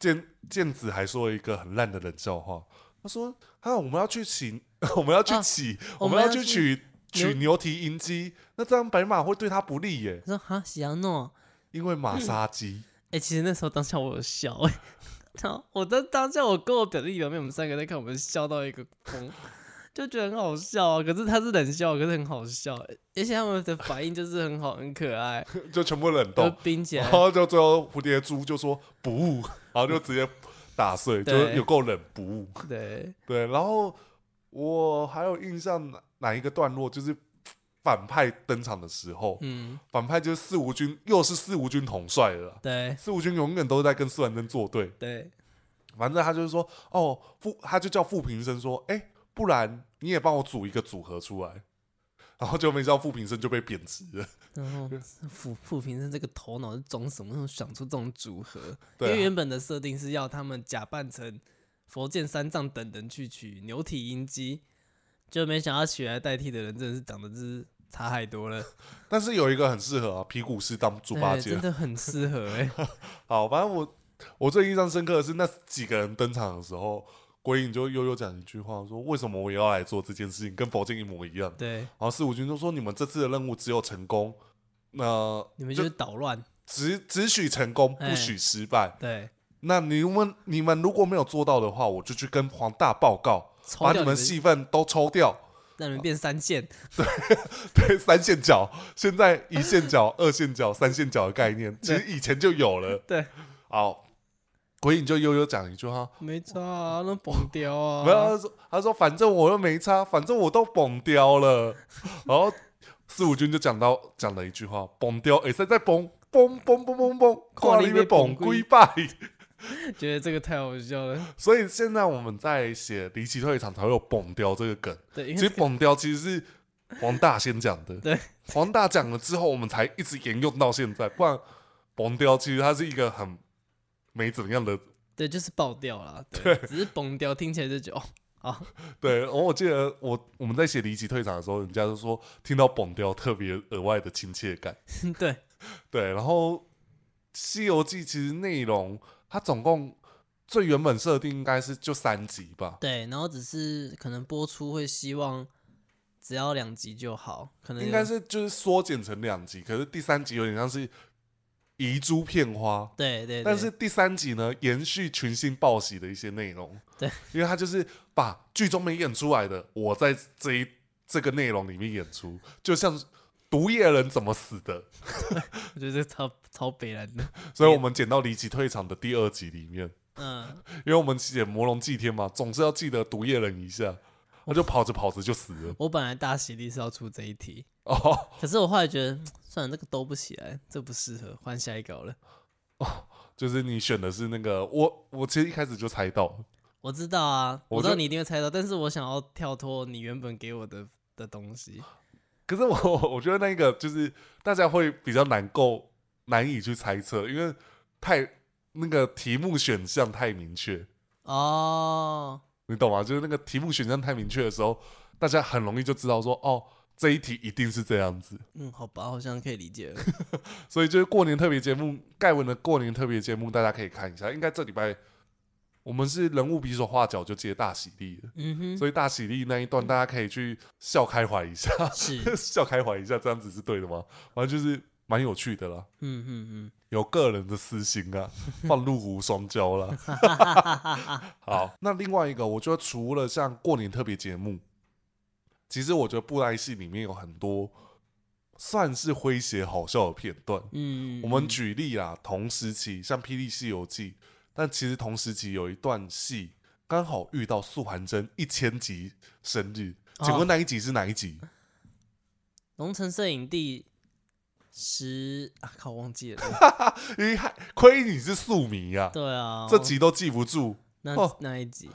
Speaker 1: 健健子还说了一个很烂的冷笑话，他说：“啊，我们要去起， <laughs> 我们要去
Speaker 2: 啊
Speaker 1: 起，
Speaker 2: 我
Speaker 1: 我
Speaker 2: 们
Speaker 1: 们要
Speaker 2: 要
Speaker 1: 去
Speaker 2: 去
Speaker 1: 取取牛蹄银鸡，那这样白马会对他不利耶，
Speaker 2: 他说哈喜羊诺，
Speaker 1: 因为马杀鸡。
Speaker 2: 哎、其实那时候当下我有笑 <laughs> 哎、然后我在当下我跟我表弟表妹我们三个在看，我们笑到一个疯，就觉得很好笑啊。可是他是冷笑，可是很好笑、欸，而且他们的反应就是很好，很可爱，
Speaker 1: <laughs> 就全部冷
Speaker 2: 就
Speaker 1: 冻。”
Speaker 2: 冰起来
Speaker 1: 然。后就最后蝴蝶猪就说不悟，然后就直接打碎，就
Speaker 2: 对
Speaker 1: 是有够冷不悟。
Speaker 2: 对，
Speaker 1: 对，然后我还有印象哪哪一个段落，就是反派登场的时候，
Speaker 2: 嗯，
Speaker 1: 反派就是四无军，又是四无军统帅了啦。
Speaker 2: 对
Speaker 1: 四无军永远都在跟四万真作对，
Speaker 2: 对
Speaker 1: 反正他就是说，哦，傅，他就叫傅平生说，哎、不然你也帮我组一个组合出来。然后就没想到傅平生就被贬职了，
Speaker 2: 然后傅傅平生这个头脑是装什么？时候想出这种组合？
Speaker 1: 对
Speaker 2: 因
Speaker 1: 啊
Speaker 2: 为原本的设定是要他们假扮成佛剑三藏等人去取牛体阴姬，就没想到取来代替的人真的是长得就是差太多了。
Speaker 1: 但是有一个很适合啊，皮古斯当 <laughs> 猪
Speaker 2: 对，
Speaker 1: 八戒
Speaker 2: 真，的很适合
Speaker 1: <laughs>
Speaker 2: 哎、
Speaker 1: 好，反正我我最印象深刻的是那几个人登场的时候，鬼影就悠悠讲一句话，说为什么我也要来做这件事情，跟佛经一模一样。
Speaker 2: 对，
Speaker 1: 然后四五军就说你们这次的任务只有成功，那、
Speaker 2: 你们就是捣乱，
Speaker 1: 只只许成功，
Speaker 2: 哎
Speaker 1: 不许失败。
Speaker 2: 对，
Speaker 1: 那你们你们如果没有做到的话，我就去跟黄大报告，
Speaker 2: 抽
Speaker 1: 把
Speaker 2: 掉
Speaker 1: 你们
Speaker 2: 的
Speaker 1: 戏份都抽掉， <laughs>
Speaker 2: 让你们变三线，
Speaker 1: 对，三线角，现在一线角、二线角、三线角的概念，其实以前就有了。
Speaker 2: 对，
Speaker 1: 好，鬼影就悠悠讲一句话，
Speaker 2: 没错啊，那崩掉啊，
Speaker 1: 没有，他说他说反正我又没差，反正我都崩掉
Speaker 2: <laughs>
Speaker 1: 了。然后四五军就讲到讲了一句话，崩掉，哎，再再崩崩崩崩崩崩，跨里面崩归败。
Speaker 2: 觉得这个太好笑了，
Speaker 1: <laughs> 所以现在我们在写离奇退场才会有崩掉这个梗。
Speaker 2: 对，因
Speaker 1: 其
Speaker 2: 为
Speaker 1: 实崩掉其实是黄大先讲的，
Speaker 2: <laughs> 对，
Speaker 1: 黄大讲了之后，我们才一直沿用到现在。不然崩掉其实它是一个很没怎么样的
Speaker 2: 对就是爆掉了，对，只是崩掉听起来就觉得哦， <laughs> 好，
Speaker 1: 对，然后我记得我我们在写离奇退场的时候，人家就说听到蹦掉特别额外的亲切感。
Speaker 2: 对，
Speaker 1: 对，然后《西游记》其实内容它总共最原本设定应该是就三集吧，
Speaker 2: 对，然后只是可能播出会希望只要两集就好，可能
Speaker 1: 应该
Speaker 2: 有
Speaker 1: 是就是缩减成两集，可是第三集有点像是遗珠片花。
Speaker 2: 对对，
Speaker 1: 但
Speaker 2: 对
Speaker 1: 是第三集呢，延续群星报喜的一些内容，
Speaker 2: 对，
Speaker 1: 因为它就是把剧中没演出来的，我在这一这个内容里面演出，就像毒液人怎么死的，
Speaker 2: <laughs> 我觉得这超超北蓝的，
Speaker 1: 所以我们捡到离奇退场的第二集里面，
Speaker 2: 嗯，
Speaker 1: 因为我们写魔龙祭天嘛，总是要记得毒液人一下，
Speaker 2: 哦
Speaker 1: 他就跑着跑着就死了。
Speaker 2: 我本来大喜力是要出这一题，
Speaker 1: 哦，
Speaker 2: 可是我后来觉得嗯算了，这个兜不起来，这不适合，换下一个好了。
Speaker 1: 就是你选的是那个，我我其实一开始就猜到，
Speaker 2: 我知道啊，
Speaker 1: 我
Speaker 2: 我知道
Speaker 1: 就
Speaker 2: 你一定会猜到，但是我想要跳脱你原本给我的的东西。
Speaker 1: 可是我我觉得那个就是大家会比较难够难以去猜测，因为太那个题目选项太明确，
Speaker 2: 哦，
Speaker 1: 你懂吗？就是那个题目选项太明确的时候，大家很容易就知道说，哦，这一题一定是这样子。
Speaker 2: 嗯，好吧，好像可以理解了。 <laughs>
Speaker 1: 所以就是过年特别节目，盖文的过年特别节目，大家可以看一下。应该这礼拜我们是人物比手画脚就接大喜力了，
Speaker 2: 嗯哼，
Speaker 1: 所以大喜力那一段大家可以去笑开怀一下，
Speaker 2: 是，
Speaker 1: 笑开怀一下，这样子是对的吗？反正就是蛮有趣的啦，
Speaker 2: 嗯嗯
Speaker 1: 有个人的私心
Speaker 2: <laughs>
Speaker 1: 啊，放入湖双骄啦。好，那另外一个，我觉得除了像过年特别节目，其实我觉得布袋戏里面有很多算是诙谐好笑的片段。 <laughs>
Speaker 2: 嗯嗯，
Speaker 1: 我们举例啊，同时期像《霹雳西游记》，但其实同时期有一段戏刚好遇到素还真一千集生日，
Speaker 2: 哦
Speaker 1: 请问那一集是哪一集？ <laughs>
Speaker 2: 龙城摄影第十啊靠，忘
Speaker 1: <laughs>
Speaker 2: 记了。
Speaker 1: 因为还亏你是素迷呀、
Speaker 2: 对啊，
Speaker 1: 这集都记不住。
Speaker 2: 那
Speaker 1: 哦
Speaker 2: 那一集，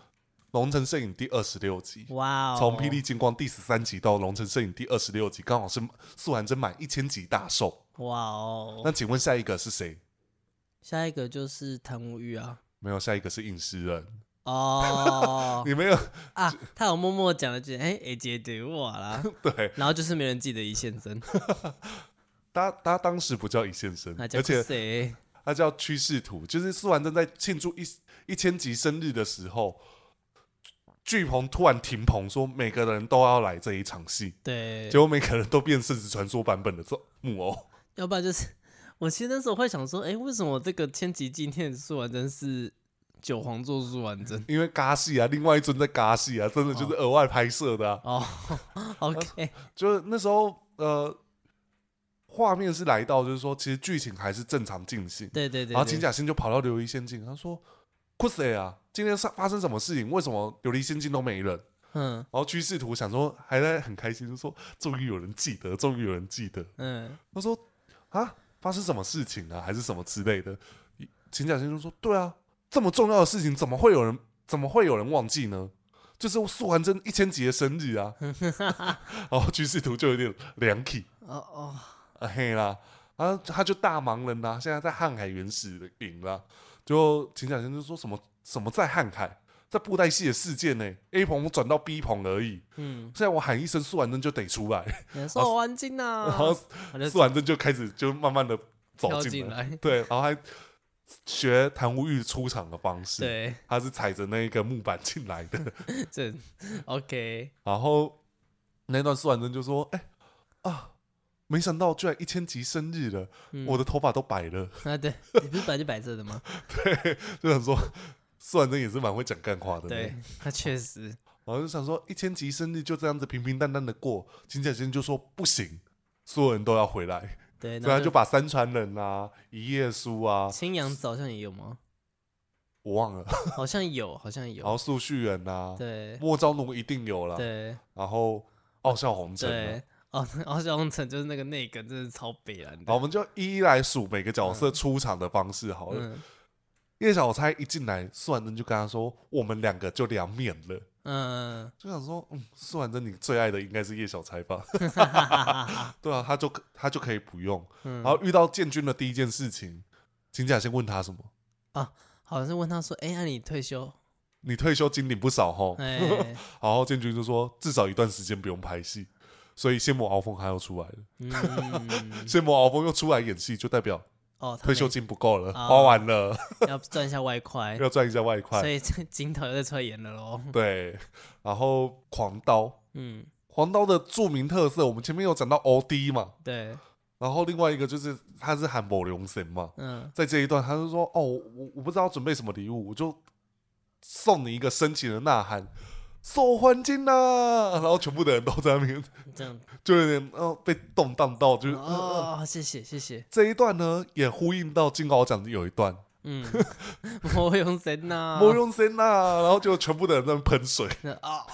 Speaker 1: 龙城摄影第二十六集，
Speaker 2: 哇哦，
Speaker 1: 从《霹雳金光》第十三集到《龙城摄影》第二十六集，刚好是素还真满一千集大寿。
Speaker 2: 哇哦
Speaker 1: 那，请问下一个是谁？
Speaker 2: 下一个就是谭无欲
Speaker 1: <laughs>
Speaker 2: 啊。
Speaker 1: 没有，下一个是饮食人。
Speaker 2: 哦
Speaker 1: 你没有
Speaker 2: 啊，他有默默讲了句：“哎、哎姐姐我啦。
Speaker 1: 对”，
Speaker 2: 然后就是没人记得一线生，
Speaker 1: 他他当时不叫一线生，
Speaker 2: 那叫
Speaker 1: 而且
Speaker 2: 谁？
Speaker 1: 他叫趋势图。就是苏完真在庆祝一一千集生日的时候，巨鹏突然停棚说每个人都要来这一场戏，
Speaker 2: 对
Speaker 1: 结，果每个人都变圣子传说版本的这木偶。
Speaker 2: 要不然就是我其实那时候会想说：“哎、为什么这个千吉今天的素完真是九皇做素完真
Speaker 1: 因为嘎戏啊，另外一尊在嘎戏啊，真的就是额外拍摄的啊？”。
Speaker 2: 哦
Speaker 1: <laughs>
Speaker 2: ，OK，
Speaker 1: 就是那时候呃，画面是来到，就是说其实剧情还是正常进行，
Speaker 2: 对对对
Speaker 1: 然后秦
Speaker 2: 对，
Speaker 1: 假星就跑到琉璃仙境，他说：“酷谁啊？今天是发生什么事情？为什么琉璃仙境都没人？”
Speaker 2: 嗯
Speaker 1: 然后趋势图想说还在很开心，就说：“终于有人记得，终于有人记得。
Speaker 2: 嗯，”
Speaker 1: 他说：“啊，发生什么事情啊？还是什么之类的？”秦假星就说：“对啊，这么重要的事情，怎么会有人怎么会有人忘记呢？”就是素还真一千集的生日
Speaker 2: <laughs>
Speaker 1: 啊，然后趋势图就有点凉气，
Speaker 2: 哦哦，
Speaker 1: 啊嘿啦，啊他就大忙人啦、现在在瀚海原始的营啦，就秦小先就说什么什么在瀚海，在布袋戏的世界呢，A 棚我转到 B 棚而已，
Speaker 2: 嗯，
Speaker 1: 现在我喊一声苏完真就得出来，
Speaker 2: 你说我安静呐，
Speaker 1: <laughs> 然后
Speaker 2: 我嗯就
Speaker 1: 苏完真就开始就慢慢的走
Speaker 2: 跳
Speaker 1: 进
Speaker 2: 进
Speaker 1: 来，
Speaker 2: 来，
Speaker 1: 对，然后还学谭无欲出场的方式，，
Speaker 2: 对，
Speaker 1: 他是踩着那个木板进来的， <laughs>
Speaker 2: 这 OK，
Speaker 1: 然后那段苏完真就说，哎、啊。没想到居然一千集生日了，
Speaker 2: 嗯
Speaker 1: 我的头发都白了。
Speaker 2: 啊，对，你不是本来就白色的吗？
Speaker 1: 就想说，苏完真也是蛮会讲干话的。
Speaker 2: 对，，他确实，
Speaker 1: 然后就想说，一千集生日就这样子平平淡淡的过。金甲先就说不行，所有人都要回来，
Speaker 2: 对，
Speaker 1: 所以他
Speaker 2: 然后
Speaker 1: 啊就把三传人啊、一页书啊，
Speaker 2: 青阳子好像也有吗？
Speaker 1: 我忘了，
Speaker 2: 好像有，好像
Speaker 1: 然后
Speaker 2: 有，
Speaker 1: 速序人啊，
Speaker 2: 对
Speaker 1: 莫昭奴一定有啦，
Speaker 2: 对
Speaker 1: 然后傲笑红尘、啊
Speaker 2: 对。，哦，奥肖红城就是那个内梗，真的超北蓝
Speaker 1: 好，我
Speaker 2: 的。
Speaker 1: 们就一一来数每个角色出场的方式好了。
Speaker 2: 嗯
Speaker 1: 叶小钗一进来，苏婉珍就跟他说：“我们两个就两面了。
Speaker 2: 嗯，”
Speaker 1: 就想说，嗯，苏婉珍，你最爱的应该是叶小钗
Speaker 2: <laughs>
Speaker 1: 吧？
Speaker 2: 哈哈哈哈
Speaker 1: 对啊，他就可他就可以不用。然
Speaker 2: 嗯，
Speaker 1: 后遇到建军的第一件事情，金甲先问他什么？
Speaker 2: 好像是问他说，哎，那你退休？
Speaker 1: 你退休金领不少吼。
Speaker 2: 哎，
Speaker 1: <laughs> 然后建军就说，至少一段时间不用拍戏，所以仙魔鳌峰还要出来了。
Speaker 2: 嗯，
Speaker 1: 仙魔鳌峰又出来演戏，就代表
Speaker 2: 哦，他
Speaker 1: 退休
Speaker 2: 每
Speaker 1: 金不够了，
Speaker 2: 啊
Speaker 1: 花完了，
Speaker 2: 要赚一下
Speaker 1: <laughs>
Speaker 2: 外快，
Speaker 1: 要赚一下外
Speaker 2: 哎所
Speaker 1: 快。
Speaker 2: 以这金头又在出来演了喽。
Speaker 1: 对，然后狂刀，
Speaker 2: 嗯，
Speaker 1: 狂刀的著名特色，我们前面有讲到 OD 嘛，
Speaker 2: 对，
Speaker 1: 然后另外一个就是他是喊某龙神嘛，
Speaker 2: 嗯，
Speaker 1: 在这一段，他就说：“哦，我我我不知道准备什么礼物，我就送你一个深情的呐喊，受欢迎呐、啊然后全部的人都在那边，
Speaker 2: 这样
Speaker 1: 就有点哦被动荡到，就是、呃
Speaker 2: 哦，谢谢谢谢，
Speaker 1: 这一段呢，也呼应到金鳌奖的有一段， <laughs>
Speaker 2: 嗯，我用神呐，
Speaker 1: 莫用心呐、然后就全部的人在那边喷水，
Speaker 2: 啊啊，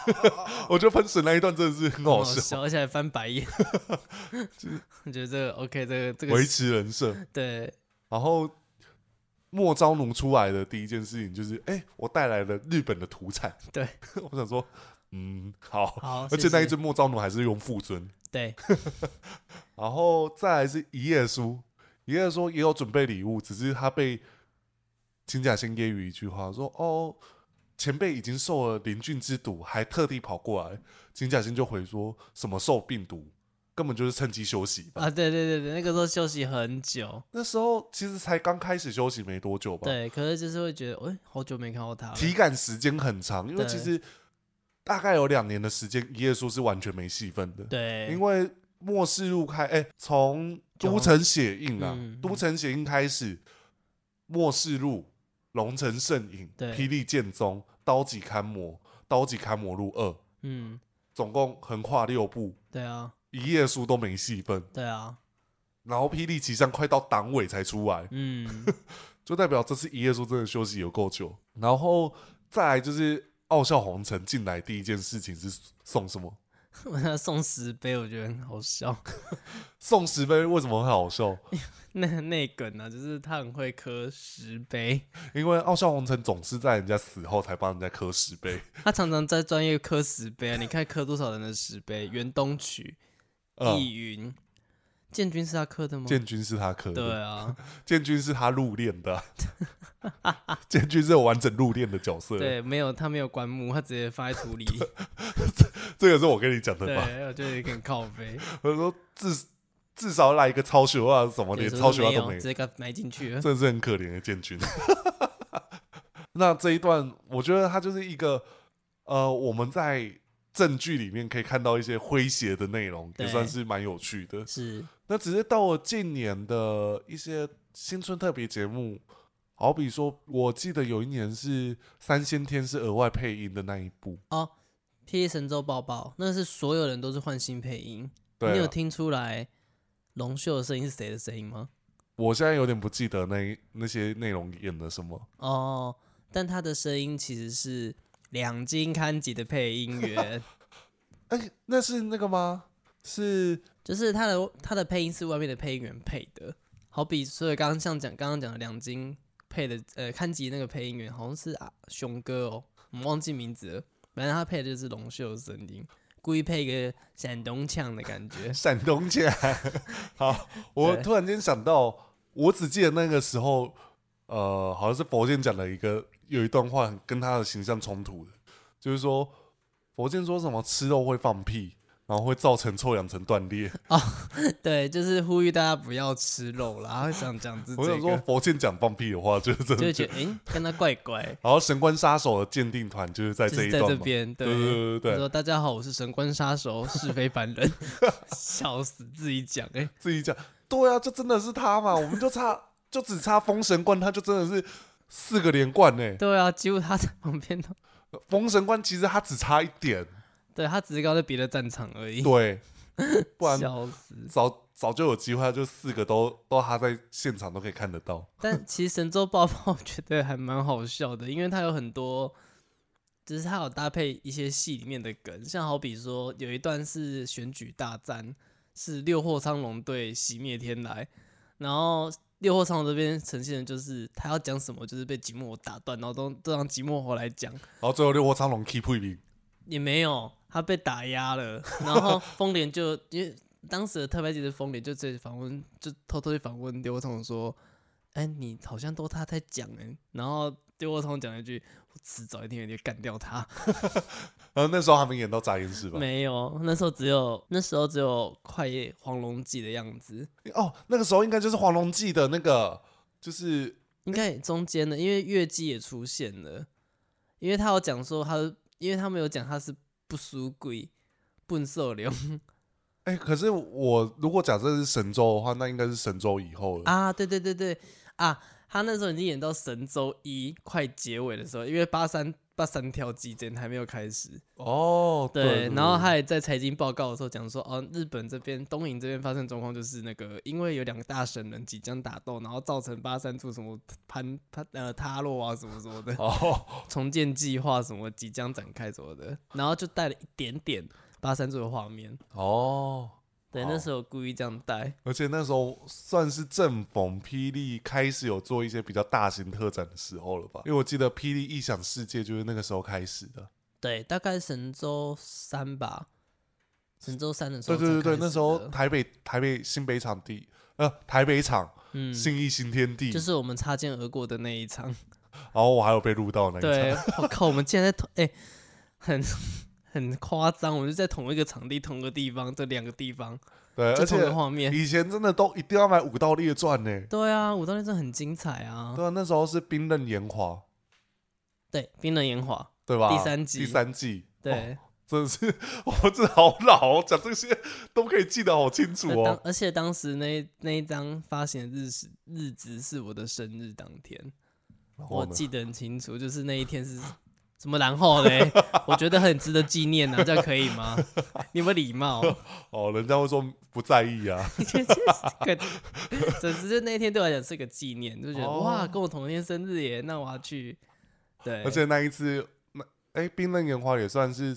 Speaker 1: 我觉得喷水那一段真的是很好笑，
Speaker 2: 哦笑，而且还翻白眼。我觉得这个 OK，这个这个
Speaker 1: 维
Speaker 2: 是
Speaker 1: 持人设。
Speaker 2: 对，
Speaker 1: 然后莫昭奴出来的第一件事情就是，哎、我带来了日本的土产，
Speaker 2: 对
Speaker 1: <laughs> 我想说，嗯，好。”
Speaker 2: 好，
Speaker 1: 而且那一
Speaker 2: 只
Speaker 1: 只莫昭奴还是用父尊，
Speaker 2: 对，
Speaker 1: 然后再来是一页书，一页书也有准备礼物，只是他被金甲先揶揄一句话说：“哦，前辈已经受了邻郡之毒，还特地跑过来。”金甲先就回说：“什么受病毒，根本就是趁机休息吧。
Speaker 2: 啊，对对对对，那个时候休息很久，
Speaker 1: 那时候其实才刚开始休息没多久吧，
Speaker 2: 对，可是就是会觉得，哎，好久没看到他了，
Speaker 1: 体感时间很长，因为
Speaker 2: 对
Speaker 1: 其实大概有两年的时间，一页书是完全没戏份的。
Speaker 2: 对，
Speaker 1: 因
Speaker 2: 为
Speaker 1: 为末世入开，哎、从都城血印啊，
Speaker 2: 嗯
Speaker 1: 都城血印开始，末世入、龙城圣影、
Speaker 2: 对
Speaker 1: 霹雳剑宗、刀戟勘魔、刀戟勘魔录二，
Speaker 2: 嗯，
Speaker 1: 总共横跨六部，
Speaker 2: 对啊，
Speaker 1: 一页书都没戏份。
Speaker 2: 对啊，
Speaker 1: 然后霹雳奇象快到党尾才出来，
Speaker 2: 嗯， <laughs>
Speaker 1: 就代表这次一页书真的休息有够久。然后再来就是傲笑红尘进来第一件事情是送什么？
Speaker 2: 我要送十杯，我觉得很好笑。
Speaker 1: 送十杯为什么很好笑？
Speaker 2: 那那梗呢、就是他很会磕十杯，
Speaker 1: 因为傲笑红尘总是在人家死后才帮人家磕十杯。
Speaker 2: 他常常在专业磕十杯啊。你看磕多少人的十杯？袁东曲、
Speaker 1: 嗯，
Speaker 2: 易云、建军是他磕的吗？
Speaker 1: 建军是他磕的，
Speaker 2: 对啊，
Speaker 1: 建军是他入殓
Speaker 2: <laughs>
Speaker 1: 的啊，建军是有完整入殓的角色。
Speaker 2: 对，没有他没有棺木，他直接放在
Speaker 1: <laughs>
Speaker 2: 土里。
Speaker 1: 这个是我跟你讲的
Speaker 2: 对，
Speaker 1: 吧？
Speaker 2: 我觉得有点靠背。
Speaker 1: 我说至至少来一个超雪袜什么，
Speaker 2: 对
Speaker 1: 连
Speaker 2: 说
Speaker 1: 哦超
Speaker 2: 是
Speaker 1: 雪袜
Speaker 2: 没
Speaker 1: 都
Speaker 2: 有
Speaker 1: 没有
Speaker 2: 直，接给他埋进去了。
Speaker 1: 真的是很可怜的建军。 <laughs> 那这一段，我觉得它就是一个呃，我们在证据里面可以看到一些诙谐的内容，也
Speaker 2: 对
Speaker 1: 算是蛮有趣的。
Speaker 2: 是，
Speaker 1: 那只是到了近年的一些新春特别节目，好比说，我记得有一年是三先天是额外配音的那一部，
Speaker 2: 霹雳神州抱抱，那是所有人都是换新配音。
Speaker 1: 对啊、
Speaker 2: 你有听出来龙秀的声音是谁的声音吗？
Speaker 1: 我现在有点不记得那那些内容演的什么。
Speaker 2: 哦，但他的声音其实是两金刊集的配音员，
Speaker 1: 哎、那是那个吗？是。
Speaker 2: 就是他的他的配音是外面的配音员配的。好比所以刚刚像讲刚刚讲的两金配的呃刊集那个配音员好像是啊熊哥哦，我忘记名字了，反正他配的就是龙秀的声音，故意配一个山东腔的感觉 <laughs>
Speaker 1: 闪东姐。 <laughs> 好，我
Speaker 2: 对
Speaker 1: 突然间想到，我只记得那个时候，呃，好像是佛剑讲了一个有一段话很跟他的形象冲突的，就是说佛剑说什么吃肉会放屁，然后会造成臭氧层断裂。
Speaker 2: 对，就是呼吁大家不要吃肉啦，他想讲是
Speaker 1: 我
Speaker 2: 这
Speaker 1: 想说
Speaker 2: 个，
Speaker 1: 佛剑讲放屁的话，就是真
Speaker 2: 就
Speaker 1: 的
Speaker 2: 会觉得诶，跟他怪
Speaker 1: <laughs>
Speaker 2: 怪。
Speaker 1: 然后神官杀手的鉴定团就是在
Speaker 2: 就
Speaker 1: 这
Speaker 2: 是
Speaker 1: 一
Speaker 2: 在
Speaker 1: 段
Speaker 2: 这
Speaker 1: 嘛，
Speaker 2: 边，
Speaker 1: 对对对
Speaker 2: 他
Speaker 1: 对对，
Speaker 2: 说：“大家好，我是神官杀手是非
Speaker 1: <laughs>
Speaker 2: 凡人。”笑死，自己讲哎、
Speaker 1: 自己讲，对啊，就真的是他嘛，我们就差就只差封神冠，他就真的是四个连冠呢、
Speaker 2: <laughs> 对啊，几乎他在旁边都，
Speaker 1: 封神冠其实他只差一点，
Speaker 2: 对他只是刚在别的战场而已， <laughs>
Speaker 1: 对，不然
Speaker 2: 笑死。
Speaker 1: 早早就有机会，他就四个都都他在现场都可以看得到。
Speaker 2: 但其实神州爆爆我觉得还蛮好笑的，因为它有很多，就是它有搭配一些戏里面的梗，像好比说有一段是选举大战，是六祸苍龙对熄灭天来，然后六祸苍龙这边呈现的就是他要讲什么，就是被寂寞打断，然后都都让寂寞猴来讲，
Speaker 1: 然后最后六窝苍龙 keep 一名，
Speaker 2: 也没有，他被打压了，然后风莲就因为当时的特派记者风莲就直接访问，就偷偷去访问刘国彤说：“哎、你好像都他在讲哎、然后刘国彤讲了一句：“我迟早一天就干掉他。
Speaker 1: 然后那时候还没演到杂音室吧？
Speaker 2: 没有，那时候只有那时候只有快夜黄龙记的样子，
Speaker 1: 哦，那个时候应该就是《黄龙记》的那个，就是
Speaker 2: 应该也中间的，因为月季也出现了，因为他有讲说他，因为他们有讲他是不输鬼，笨受流
Speaker 1: 哎、可是我如果假设是神州的话，那应该是神州以后了。
Speaker 2: 啊，对对对对啊，他那时候已经演到神州一快结尾的时候，因为八三八三跳季间还没有开始，
Speaker 1: 哦，
Speaker 2: 对，
Speaker 1: 对，
Speaker 2: 然后
Speaker 1: 对
Speaker 2: 他也在财经报告的时候讲说，哦，日本这边东瀛这边发生状况就是那个，因为有两个大神人即将打斗，然后造成八三处什么攀攀呃塌落啊什么什么的，
Speaker 1: 哦，
Speaker 2: <laughs> 重建计划什么即将展开什么的，然后就带了一点点八三处的画面，
Speaker 1: 哦，
Speaker 2: 对，那
Speaker 1: 好
Speaker 2: 时候故意这样带，
Speaker 1: 而且那时候算是正逢霹雳开始有做一些比较大型特展的时候了吧？因为我记得霹雳异想世界就是那个时候开始的。
Speaker 2: 对，大概神州三吧，神州三的时
Speaker 1: 对
Speaker 2: 候才
Speaker 1: 对
Speaker 2: 开始
Speaker 1: 对对，
Speaker 2: 的。
Speaker 1: 那时候台北台北新北场地呃台北场、
Speaker 2: 嗯，
Speaker 1: 信义新天地，
Speaker 2: 就是我们擦肩而过的那一场。
Speaker 1: 然后我还有被录到那一
Speaker 2: 对
Speaker 1: 场。，
Speaker 2: 我靠，我们竟然在同哎、很很夸张，我们就在同一个场地、同一个地方，这两个地方，
Speaker 1: 对，
Speaker 2: 就
Speaker 1: 而
Speaker 2: 同一个
Speaker 1: 且
Speaker 2: 画面。
Speaker 1: 以前真的都一定要买五道列传呢。
Speaker 2: 对啊，武道那真的很精彩啊！
Speaker 1: 对啊，那时候是冰刃炎华，
Speaker 2: 对，冰冷炎华，
Speaker 1: 对吧？
Speaker 2: 第三季
Speaker 1: 第三季，哦
Speaker 2: 对，
Speaker 1: 真的是 <laughs> 我真的好老哦，讲这些都可以记得好清楚
Speaker 2: 那当
Speaker 1: 哦。
Speaker 2: 而且当时那那一张发行的日时日子是我的生日当天，
Speaker 1: 然后
Speaker 2: 我
Speaker 1: 呢
Speaker 2: 记得很清楚，就是那一天是什么然后
Speaker 1: <laughs>
Speaker 2: 嘞？我觉得很值得纪念啊，这样可以吗？你有没有礼貌？
Speaker 1: 哦，人家会说不在意啊，
Speaker 2: 可总之就那一天对我来讲是个纪念，就觉得、
Speaker 1: 哦
Speaker 2: 哇，跟我同一天生日耶，那我要去。对，
Speaker 1: 而且那一次，那哎，《冰冷烟花》也算是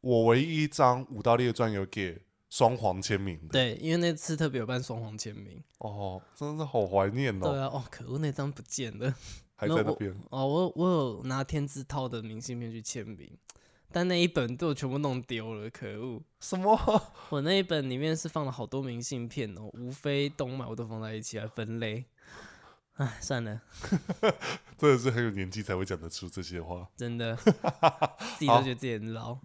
Speaker 1: 我唯一一张五道列传有给双簧签名的。
Speaker 2: 对，因为那次特别有办双黄签名。
Speaker 1: 哦，真的是好怀念
Speaker 2: 对
Speaker 1: 哦，
Speaker 2: 啊，哦，可恶，那张不见了。
Speaker 1: 还
Speaker 2: 那
Speaker 1: 在那
Speaker 2: 我 <laughs>
Speaker 1: 边。
Speaker 2: 哦，我我有拿天字套的明信片去签名，但那一本被我全部弄丢了，可恶！
Speaker 1: 什么？
Speaker 2: 我那一本里面是放了好多明信片哦，无非东买我都放在一起来分类。唉，算了，
Speaker 1: 真的是很有年纪才会讲得出这些话。
Speaker 2: 真
Speaker 1: <laughs>
Speaker 2: 的，自己都觉得自己很老。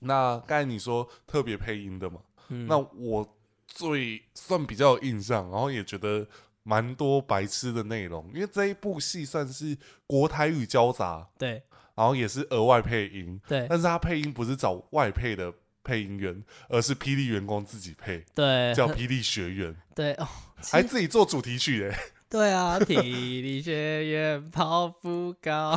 Speaker 1: 那刚才你说特别配音的嘛，
Speaker 2: 嗯，
Speaker 1: 那我最算比较有印象，然后也觉得蛮多白痴的内容，因为这一部戏算是国台语交杂，
Speaker 2: 对
Speaker 1: 然后也是额外配音，
Speaker 2: 对
Speaker 1: 但是他配音不是找外配的配音员，而是霹雳员工自己
Speaker 2: <laughs>
Speaker 1: 配，
Speaker 2: 对
Speaker 1: 叫霹雳学
Speaker 2: <laughs>
Speaker 1: 员，
Speaker 2: 对哦，
Speaker 1: 还自己做主题曲
Speaker 2: <laughs>
Speaker 1: 诶、
Speaker 2: 对啊，体力学院跑不
Speaker 1: <laughs>
Speaker 2: 高，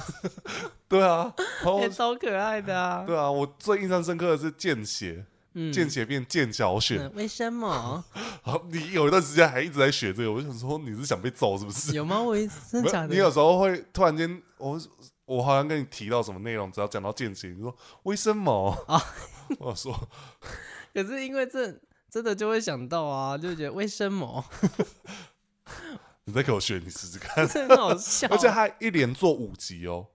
Speaker 1: 对啊，然后
Speaker 2: 也超可爱的啊。
Speaker 1: 对啊，我最印象深刻的是见血，
Speaker 2: 嗯，
Speaker 1: 见血变见小雪，
Speaker 2: 嗯为什么？
Speaker 1: 然后你有一段时间还一直在学这个，我就想说你是想被揍是不是？
Speaker 2: 有吗？我一
Speaker 1: 没
Speaker 2: 真的
Speaker 1: 有
Speaker 2: 假
Speaker 1: 你有
Speaker 2: 的？
Speaker 1: 时候会突然间，我我好像跟你提到什么内容，只要讲到见血，你说为什么
Speaker 2: 啊？
Speaker 1: <laughs> 我说
Speaker 2: 可是因为这真的就会想到啊，就觉得为什
Speaker 1: <laughs>
Speaker 2: 么？
Speaker 1: 你再给我学，你试试
Speaker 2: <laughs>
Speaker 1: 看。
Speaker 2: 这很好笑。
Speaker 1: 而且他一连做五集哦，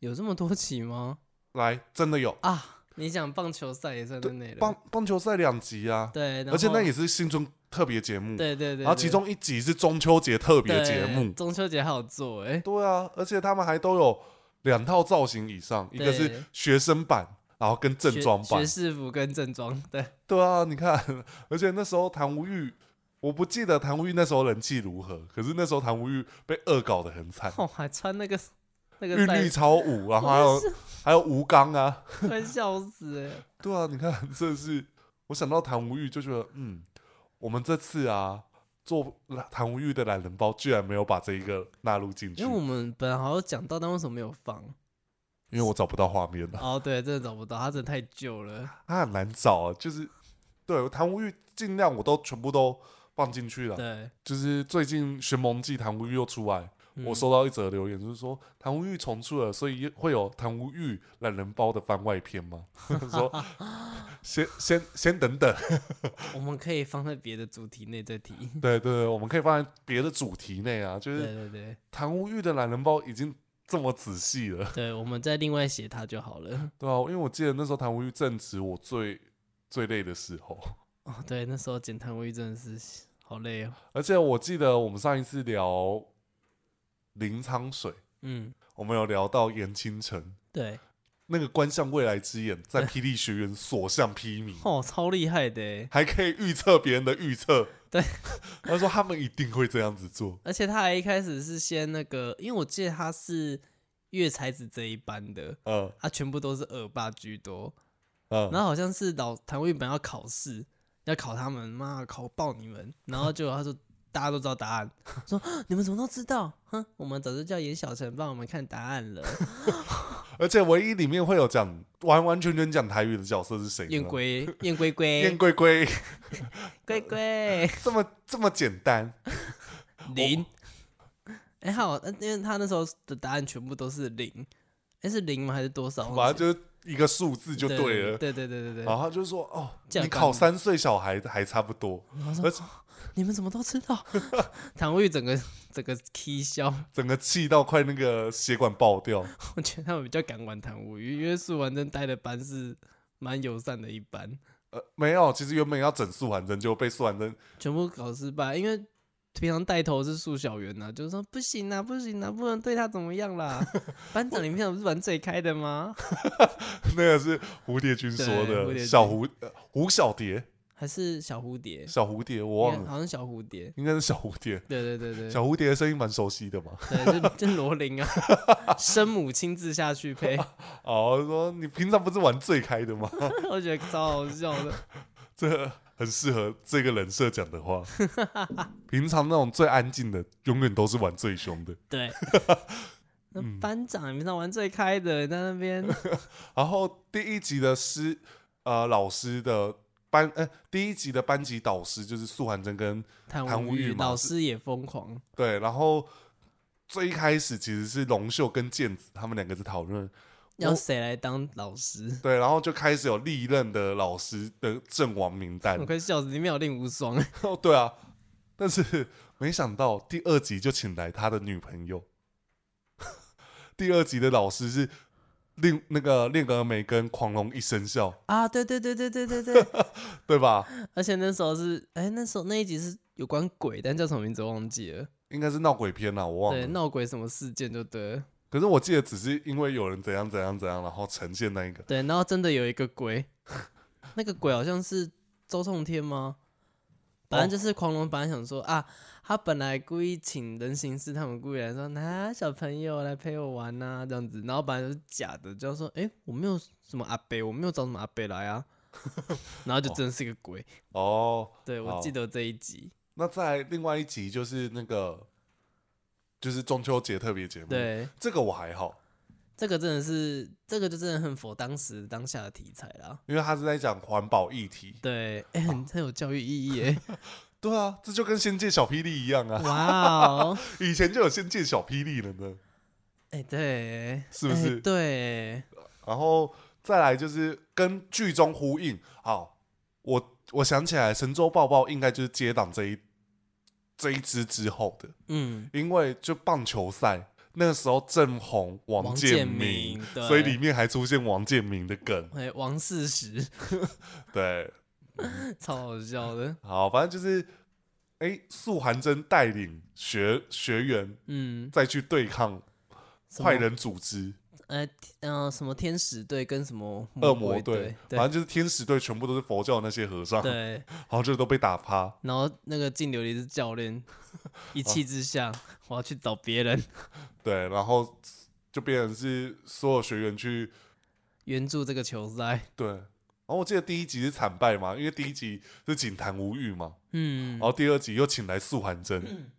Speaker 2: 有这么多集吗？
Speaker 1: 来，真的有
Speaker 2: 啊，你讲棒球赛也算在
Speaker 1: 对
Speaker 2: 内了。
Speaker 1: 棒棒球赛两集啊，
Speaker 2: 对，然
Speaker 1: 而且那
Speaker 2: 后
Speaker 1: 也是新春特别节目，
Speaker 2: 对对对，
Speaker 1: 然后其
Speaker 2: 对
Speaker 1: 中一集是中秋节特别
Speaker 2: 对
Speaker 1: 节目，
Speaker 2: 中秋节还有做哎、
Speaker 1: 对啊，而且他们还都有两套造型以上，一个是
Speaker 2: 对
Speaker 1: 学生版，然后跟正
Speaker 2: 学
Speaker 1: 装版
Speaker 2: 学，士服跟正装，
Speaker 1: <laughs>
Speaker 2: 对
Speaker 1: 对啊，你看， <laughs> 而且那时候谭无欲，我不记得谭无欲那时候人气如何，可是那时候谭无欲被恶搞得很惨，
Speaker 2: 哦，还穿那
Speaker 1: <laughs>
Speaker 2: 个那个
Speaker 1: 韵律
Speaker 2: 赛，
Speaker 1: 超舞，然后还
Speaker 2: <laughs> 我
Speaker 1: 有还有吴刚啊，
Speaker 2: 快笑死哎、
Speaker 1: 对啊，你看，这是我想到谭无欲就觉得，嗯，我们这次啊做谭无欲的懒人包，居然没有把这一个纳入进去，
Speaker 2: 因为我们本来好像有讲到，但为什么没有放？
Speaker 1: 因为我找不到画面了，
Speaker 2: 哦，对，真的找不到，它真的太
Speaker 1: <laughs>
Speaker 2: 旧了。
Speaker 1: 它很难找啊，就是对谭无欲尽量我都全部都放进去了，
Speaker 2: 对，
Speaker 1: 就是最近《寻梦记》谭无欲又出来。
Speaker 2: 嗯
Speaker 1: 我收到一则留言，就是说谭无欲重出了，所以会有谭无欲懒人包的番外篇吗？ <laughs>
Speaker 2: <laughs>
Speaker 1: 说先先先等 <laughs> 等，
Speaker 2: 我们可以放在别的主题内再提。
Speaker 1: 对对对，我们可以放在别的主题内啊。 <laughs> 就
Speaker 2: 对
Speaker 1: 是
Speaker 2: 对对，
Speaker 1: 谭无欲的懒人包已经这么仔细了， <laughs>
Speaker 2: 对，我们再另外写它就好了。
Speaker 1: 对啊，因为我记得那时候谭无欲正值我最最累的时候， <laughs>
Speaker 2: 哦，对，那时候剪弹位真的是好累哦。
Speaker 1: 而且我记得我们上一次聊林苍水，
Speaker 2: 嗯，
Speaker 1: 我们有聊到严清城。
Speaker 2: 对，
Speaker 1: 那个观向未来之眼在霹雳学院所向披靡，
Speaker 2: <laughs> 哦，超厉害的欸耶，
Speaker 1: 还可以预测别人的预测。
Speaker 2: <laughs> 对，
Speaker 1: <laughs> 他说他们一定会这样子做。
Speaker 2: 而且他还一开始是先那个，因为我记得他是月才子这一班的，
Speaker 1: 嗯
Speaker 2: 他全部都是恶霸居多。然
Speaker 1: 嗯，
Speaker 2: 后好像是老谭卫本要考试，要考他们，妈考爆你们。然后结果他说大家都知道答
Speaker 1: <laughs>
Speaker 2: 案，说啊你们怎么都知道？哼，我们早就叫严小晨帮我们看答
Speaker 1: <laughs>
Speaker 2: 案了。
Speaker 1: 而且唯一里面会有讲完完全全讲台语的角色是谁？
Speaker 2: 燕
Speaker 1: 龟，
Speaker 2: 龟，燕龟
Speaker 1: <laughs> 燕
Speaker 2: 龟，
Speaker 1: 龟龟，<laughs>
Speaker 2: 龟龟，
Speaker 1: 这么这么简单。
Speaker 2: 零。哎、好，呃因为他那时候的答案全部都是零，哎、是零吗？还是多少？
Speaker 1: 反正就是一个数字就对了。
Speaker 2: 对对对对对
Speaker 1: 然。后他就说：“哦，
Speaker 2: 这样
Speaker 1: 你考三岁小孩还差不多。”而且
Speaker 2: 哦你们怎么都知道？ <laughs> 唐卫整个整个 K 笑，
Speaker 1: 整个气到快那个血管爆掉。
Speaker 2: <laughs>
Speaker 1: <laughs>
Speaker 2: 我觉得他们比较敢玩唐无语，因为素完真带的班是蛮友善的一班，
Speaker 1: 呃，没有，其实原本要整素还真，就被素还真
Speaker 2: 全部搞失败，因为。平常带头是素小圆呐、就是说不行啊，不行啊，不能对他怎么样 <laughs> 啦。班长，你平常不是玩最开的吗？
Speaker 1: 那个是蝴蝶君说
Speaker 2: 对蝴
Speaker 1: 的，
Speaker 2: 蝶君
Speaker 1: 小蝴呃胡小蝶，
Speaker 2: 还是小蝴蝶？
Speaker 1: 小蝴蝶，我忘
Speaker 2: 应该
Speaker 1: 了，
Speaker 2: 好像小蝴蝶。
Speaker 1: 应该是小蝴蝶。
Speaker 2: 对对对对，
Speaker 1: 小蝴蝶的声音蛮熟悉的嘛。 <laughs>
Speaker 2: 对，就就罗琳啊，生母亲自下去配， <laughs>
Speaker 1: 哦，说你平常不是玩最开的吗？ <laughs>
Speaker 2: 我觉得超好笑的。
Speaker 1: 这很适合这个人设讲的
Speaker 2: <laughs>
Speaker 1: 话。平常那种最安静的，永远都是玩最凶的。
Speaker 2: 对， <laughs> 那
Speaker 1: 嗯
Speaker 2: 班长，你平常玩最开的，你在那 <laughs> 边
Speaker 1: 然后第一集的师呃老师的班呃第一集的班级导师就是素还真跟
Speaker 2: 谈
Speaker 1: 谈
Speaker 2: 无
Speaker 1: 无欲
Speaker 2: 语，
Speaker 1: 嘛
Speaker 2: 老
Speaker 1: 是
Speaker 2: 师也疯狂。
Speaker 1: 对，然后最一开始其实是龙秀跟健子他们两个在讨论，
Speaker 2: 要
Speaker 1: 我
Speaker 2: 谁来当老师？ <laughs>
Speaker 1: 对，然后就开始有历任的老师的阵亡名单
Speaker 2: <laughs> 我，快笑死！里面有令无双，
Speaker 1: 哦对啊，但是没想到第二集就请来他的女朋友， <laughs> 第二集的老师是令那个令峨眉跟狂龙一生笑，
Speaker 2: <laughs> 啊！对对对对对对对，
Speaker 1: 对吧？
Speaker 2: <laughs> 而且那时候是，哎、那时候那一集是有关鬼，但叫什么名字我忘记了。
Speaker 1: 应该是闹鬼片啦，啊我忘
Speaker 2: 对，
Speaker 1: 了。
Speaker 2: 闹鬼什么事件就对了。
Speaker 1: 可是我记得只是因为有人怎样怎样怎样，然后呈现那一个，
Speaker 2: 对，然后真的有一个鬼， <laughs> 那个鬼好像是周痛天吗？反正就是狂龙，本来想说啊，他本来故意请人形师他们故意来说，拿小朋友来陪我玩呐、这样子，然后本来就是假的，就说，哎、我没有什么阿伯，我没有找什么阿伯来啊， <laughs> 然后就真的是一个鬼。
Speaker 1: 哦，
Speaker 2: 对，我
Speaker 1: 好
Speaker 2: 记得这一集，
Speaker 1: 那在另外一集就是那个，就是中秋节特别节目。，
Speaker 2: 对，
Speaker 1: 这个我还好，
Speaker 2: 这个真的是，这个就真的很符合当时当下的题材啦。
Speaker 1: 因为他是在讲环保议题。
Speaker 2: 对，哎、很很有教育意义耶！
Speaker 1: 对啊，这就跟《仙界小霹雳》一样啊，
Speaker 2: 哇哦，
Speaker 1: 以前就有《仙界小霹雳》了呢。
Speaker 2: 哎、对，
Speaker 1: 是不
Speaker 2: 哎
Speaker 1: 是
Speaker 2: 对，
Speaker 1: 然后再来就是跟剧中呼应。好，我我想起来，神州抱抱应该就是接档这一这一支之后的，
Speaker 2: 嗯，
Speaker 1: 因为就棒球赛那个时候正红王建民，，
Speaker 2: 对
Speaker 1: 所以里面还出现王建民的梗。
Speaker 2: 哎、王四十，
Speaker 1: 对，
Speaker 2: 超好笑的，
Speaker 1: 好，反正就是，哎、素涵真带领学学员
Speaker 2: 嗯，
Speaker 1: 再去对抗
Speaker 2: 什么
Speaker 1: 坏，人组织、
Speaker 2: 呃，嗯、什么天使队跟什么
Speaker 1: 恶
Speaker 2: 魔
Speaker 1: 魔
Speaker 2: 队
Speaker 1: 队，，
Speaker 2: 嗯对
Speaker 1: 反正就是天使队全部都是佛教那些和尚，然
Speaker 2: 对，
Speaker 1: 后就都被打趴。
Speaker 2: 然后那个净琉璃是教练，一
Speaker 1: 哦
Speaker 2: 气之下，我要去找别人
Speaker 1: 对，然后就变成是所有学员去
Speaker 2: 援助这个球赛，
Speaker 1: 对。然后我记得第一集是惨败嘛，因为第一集是锦坛无欲嘛，
Speaker 2: 嗯
Speaker 1: 然，后第二集又请来素涵真，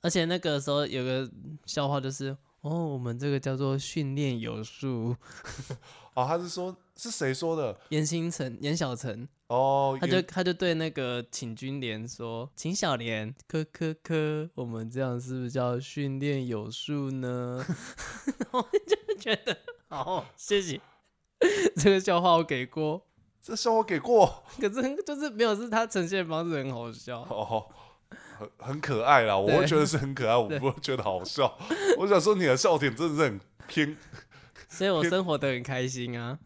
Speaker 2: 而且那个时候有个笑话就是。哦，我们这个叫做训练有素。
Speaker 1: 哦，他是说是谁说的？
Speaker 2: 严新成、严小成，
Speaker 1: 哦，
Speaker 2: 他就
Speaker 1: 也
Speaker 2: 他就对那个请君莲说：“请小莲，科科科，我们这样是不是叫训练有素呢？”我就觉得好， <laughs> 谢谢。这个笑话我给过，
Speaker 1: 这笑我给过
Speaker 2: 可是就是没有，是他呈现的方式很好笑。
Speaker 1: 哦，很很可爱啦，我
Speaker 2: 对
Speaker 1: 会觉得是很可爱，我
Speaker 2: <laughs> 对
Speaker 1: 不会觉得好笑。我想说你的笑点真的是很偏
Speaker 2: 所以我生活的很开心啊。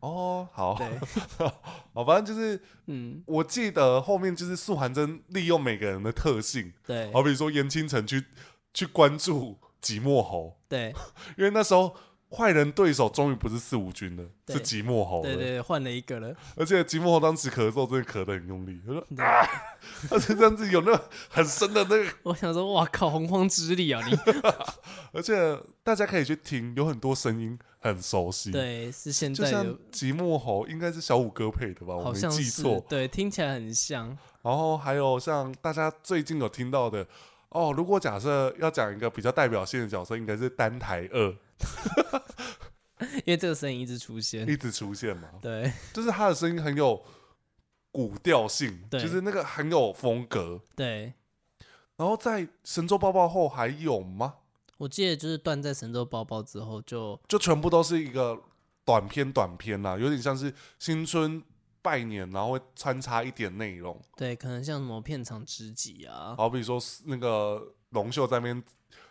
Speaker 1: 哦，好
Speaker 2: <laughs> 对，
Speaker 1: 好，反正就是
Speaker 2: 嗯，
Speaker 1: 我记得后面就是素涵真利用每个人的特性，
Speaker 2: 对
Speaker 1: 好比说严清晨去去关注即墨侯，
Speaker 2: 对
Speaker 1: 因为那时候。坏人对手终于不是四五军了，
Speaker 2: 对
Speaker 1: 是即墨侯了。
Speaker 2: 对对，换了一个了。
Speaker 1: 而且即墨侯当时咳嗽真的咳得很用力，他说
Speaker 2: 嗯
Speaker 1: 啊， <laughs> 他身上是有那种很深的那个
Speaker 2: 我想说，哇靠，洪荒之力 <laughs> 啊！你
Speaker 1: 而且大家可以去听，有很多声音很熟悉。，
Speaker 2: 对是现
Speaker 1: 就
Speaker 2: 在
Speaker 1: 像
Speaker 2: 的，
Speaker 1: 即墨侯应该是小五哥配的吧？我
Speaker 2: 好
Speaker 1: 没
Speaker 2: 像
Speaker 1: 记
Speaker 2: 是
Speaker 1: 错。
Speaker 2: 对，听起来很像。
Speaker 1: 然后还有像大家最近有听到的哦，如果假设要讲一个比较代表性的角色，应该是丹台二
Speaker 2: 因为这个声音一直出现。
Speaker 1: 一直出现嘛，
Speaker 2: 对
Speaker 1: 就是他的声音很有古调性，
Speaker 2: 对
Speaker 1: 就是那个很有风格。
Speaker 2: 对，
Speaker 1: 然后在神州抱抱后还有吗？
Speaker 2: 我记得就是断在神州包包之后就，
Speaker 1: 就全部都是一个短片短片啦、有点像是新春拜年，然后会穿插一点内容，
Speaker 2: 对，可能像什么片场知己啊，
Speaker 1: 好比说那个龙秀在那边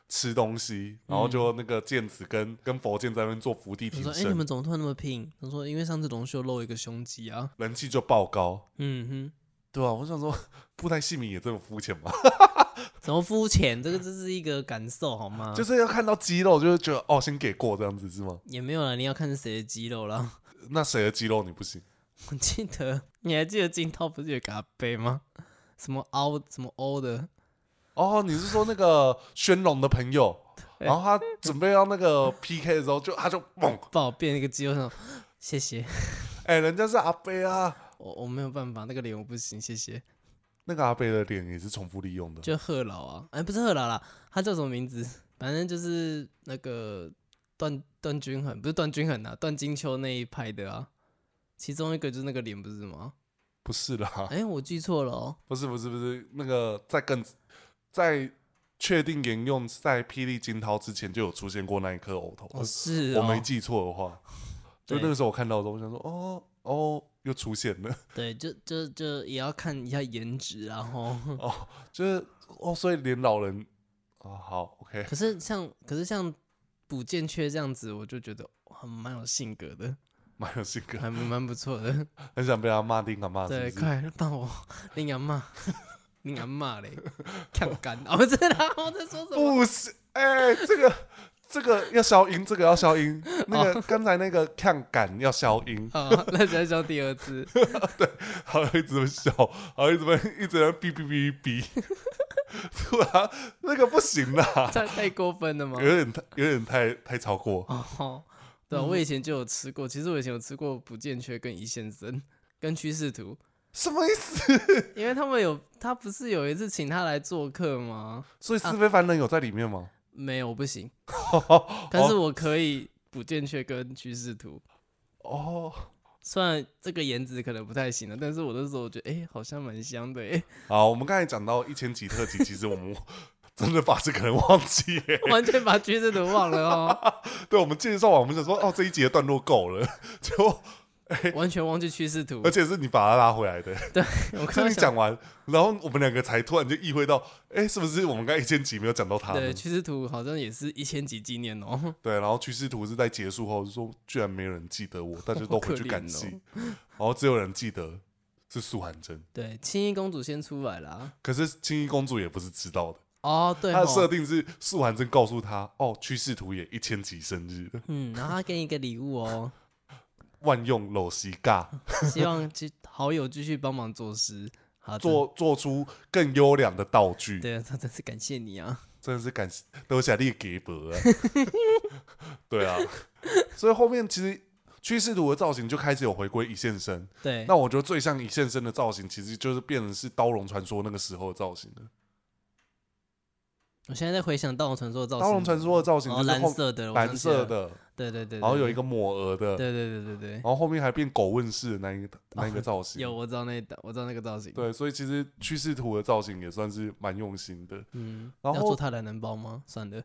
Speaker 1: 吃东西，然后就那个剑子跟跟佛剑在那边做伏地
Speaker 2: 他
Speaker 1: 挺
Speaker 2: 说：“哎、
Speaker 1: 身，
Speaker 2: 你们怎么突然那么拼？”他说：“因为上次龙秀露一个胸肌啊。
Speaker 1: 人气就爆高”，
Speaker 2: 嗯
Speaker 1: 对吧、我想说， <laughs> 布袋戏迷也这么肤浅吗？
Speaker 2: 哼，怎么肤浅？这个这是一个感受好吗？
Speaker 1: <laughs> 就是是要看到肌肉，就会觉得哦，先给过这样子是吗？
Speaker 2: 也没有了，你要看是谁的肌肉啦。
Speaker 1: 那谁的肌肉你不行？
Speaker 2: 我记得你还记得金涛不是有给他背吗？什么凹什么 O 的，
Speaker 1: 哦，你是说那个宣龙的朋 <laughs> 友，
Speaker 2: 对
Speaker 1: 然后他准备要那个 PK 的时候，就他就猛
Speaker 2: 帮我变一个肌肉上。 <gasps> 谢谢，
Speaker 1: 哎、人家是阿贝啊，
Speaker 2: 我我没有办法，那个脸我不行，谢谢。
Speaker 1: 那个阿贝的脸也是重复利用的，
Speaker 2: 就贺老啊，哎、不是贺老啦，他叫什么名字？反正就是那个段段君衡，不是段君衡啊，段金秋那一派的啊。其中一个就是那个脸，不是吗？
Speaker 1: 不是啦，
Speaker 2: 哎、我记错了哦。
Speaker 1: 不是不是不是，那个在更在确定沿用在霹雳金涛之前就有出现过那一颗偶头，
Speaker 2: 哦，是
Speaker 1: 我
Speaker 2: 哦，
Speaker 1: 没记错的话，就
Speaker 2: 对
Speaker 1: 那个时候我看到的时候，我想说哦哦，又出现了
Speaker 2: 对，就就就也要看一下颜值啊，然后。
Speaker 1: 哦，就是哦，所以连老人哦好 OK，
Speaker 2: 可是像，可是像补剑缺这样子，我就觉得很蛮有性格的，
Speaker 1: 蛮有性格，
Speaker 2: 还蛮
Speaker 1: <laughs>
Speaker 2: 不错的。
Speaker 1: 很想被他骂定啊骂是
Speaker 2: 对，
Speaker 1: 不是？
Speaker 2: 快帮我， <laughs> 你敢骂，你敢骂嘞， <laughs> 看干啊！我知道我在说什么。
Speaker 1: 不是，哎、这个这个要消音，这个要消
Speaker 2: <laughs>
Speaker 1: 音，
Speaker 2: 哦
Speaker 1: 那个刚才那个看感要消音，
Speaker 2: 好，哦那再说第二次。
Speaker 1: 好一直笑，好一直被一直在哔哔哔哔， <laughs> 突然那个不行啦，
Speaker 2: 太太过分了吗
Speaker 1: 有？点太有点太太超过，
Speaker 2: 哦，对啊、我以前就有吃过，其实我以前有吃过不健缺跟一线生跟趋势图，
Speaker 1: 什么意思？
Speaker 2: 因为他们有他不是有一次请他来做客吗？
Speaker 1: 所以是非凡人有在里面吗？
Speaker 2: 没有，我
Speaker 1: <laughs>
Speaker 2: 不行，
Speaker 1: 哦
Speaker 2: 但是我可以不健缺跟趋势图。
Speaker 1: 哦，
Speaker 2: 虽然这个颜值可能不太行了，但是我那时候我觉得，哎、好像蛮香的、欸，
Speaker 1: 好，我们刚才讲到一千集特辑，其实我们 <laughs> 真的把这个人忘记耶。
Speaker 2: <laughs> 完全把橘子都忘了哦，
Speaker 1: <laughs> 对，我们介绍完，我们想说哦，这一集的段落够了， <laughs> 就
Speaker 2: 完全忘记趋势图
Speaker 1: 而。且是你把他拉回来的。
Speaker 2: 我
Speaker 1: 跟
Speaker 2: 刚刚
Speaker 1: 呃你
Speaker 2: 想，
Speaker 1: 讲完，然后我们两个才突然就意会到，哎、是不是我们刚才一千集没有讲到他呢？
Speaker 2: 对，趋势图好像也是一千几纪念哦，
Speaker 1: 对，然后趋势图是在结束后就说，居然没人记得我，大家都回去感
Speaker 2: 好
Speaker 1: 谢
Speaker 2: 可怜，哦
Speaker 1: 然后只有人记得是素涵真，
Speaker 2: 对，青衣公主先出来啦。
Speaker 1: 可是青衣公主也不是知道的，
Speaker 2: 哦，对
Speaker 1: 她的设
Speaker 2: 哦，
Speaker 1: 定是素涵真告诉她，哦，趋势图也一千集生日了，
Speaker 2: 嗯，然后他给你一个礼物
Speaker 1: <laughs>
Speaker 2: 哦，
Speaker 1: 万用搂西
Speaker 2: <laughs>
Speaker 1: 尬，
Speaker 2: 希望其好友继续帮忙做事。好的，
Speaker 1: 做做出更优良的道具，
Speaker 2: 对，他真是感谢你啊。
Speaker 1: 真的是感谢都想列给伯啊， <laughs> 对啊，所以后面其实趋势图的造型就开始有回归一线生。
Speaker 2: 对，
Speaker 1: 那我觉得最像一线生的造型，其实就是变成是《刀龙传说》那个时候的造型了。
Speaker 2: 我现在在回想《盗龙传说》的
Speaker 1: 《
Speaker 2: 造型，
Speaker 1: 刀龙传说》的造型
Speaker 2: 哦，
Speaker 1: 就是
Speaker 2: 蓝
Speaker 1: 后
Speaker 2: 色的，我
Speaker 1: 蓝
Speaker 2: 想起来
Speaker 1: 色
Speaker 2: 了，
Speaker 1: 的，
Speaker 2: 对对对，
Speaker 1: 然后有
Speaker 2: 对
Speaker 1: 一个，哦抹额的，
Speaker 2: 对对对对
Speaker 1: 然后后面还变狗问世的那一个那一个
Speaker 2: <laughs>
Speaker 1: 造
Speaker 2: 对，
Speaker 1: 型。
Speaker 2: 有我知道那一档我知道那个造型，
Speaker 1: 对，所以其实趋势图的造型也算是蛮用心的。
Speaker 2: 嗯，
Speaker 1: 然
Speaker 2: 要
Speaker 1: 后
Speaker 2: 做他懒人包吗？算了，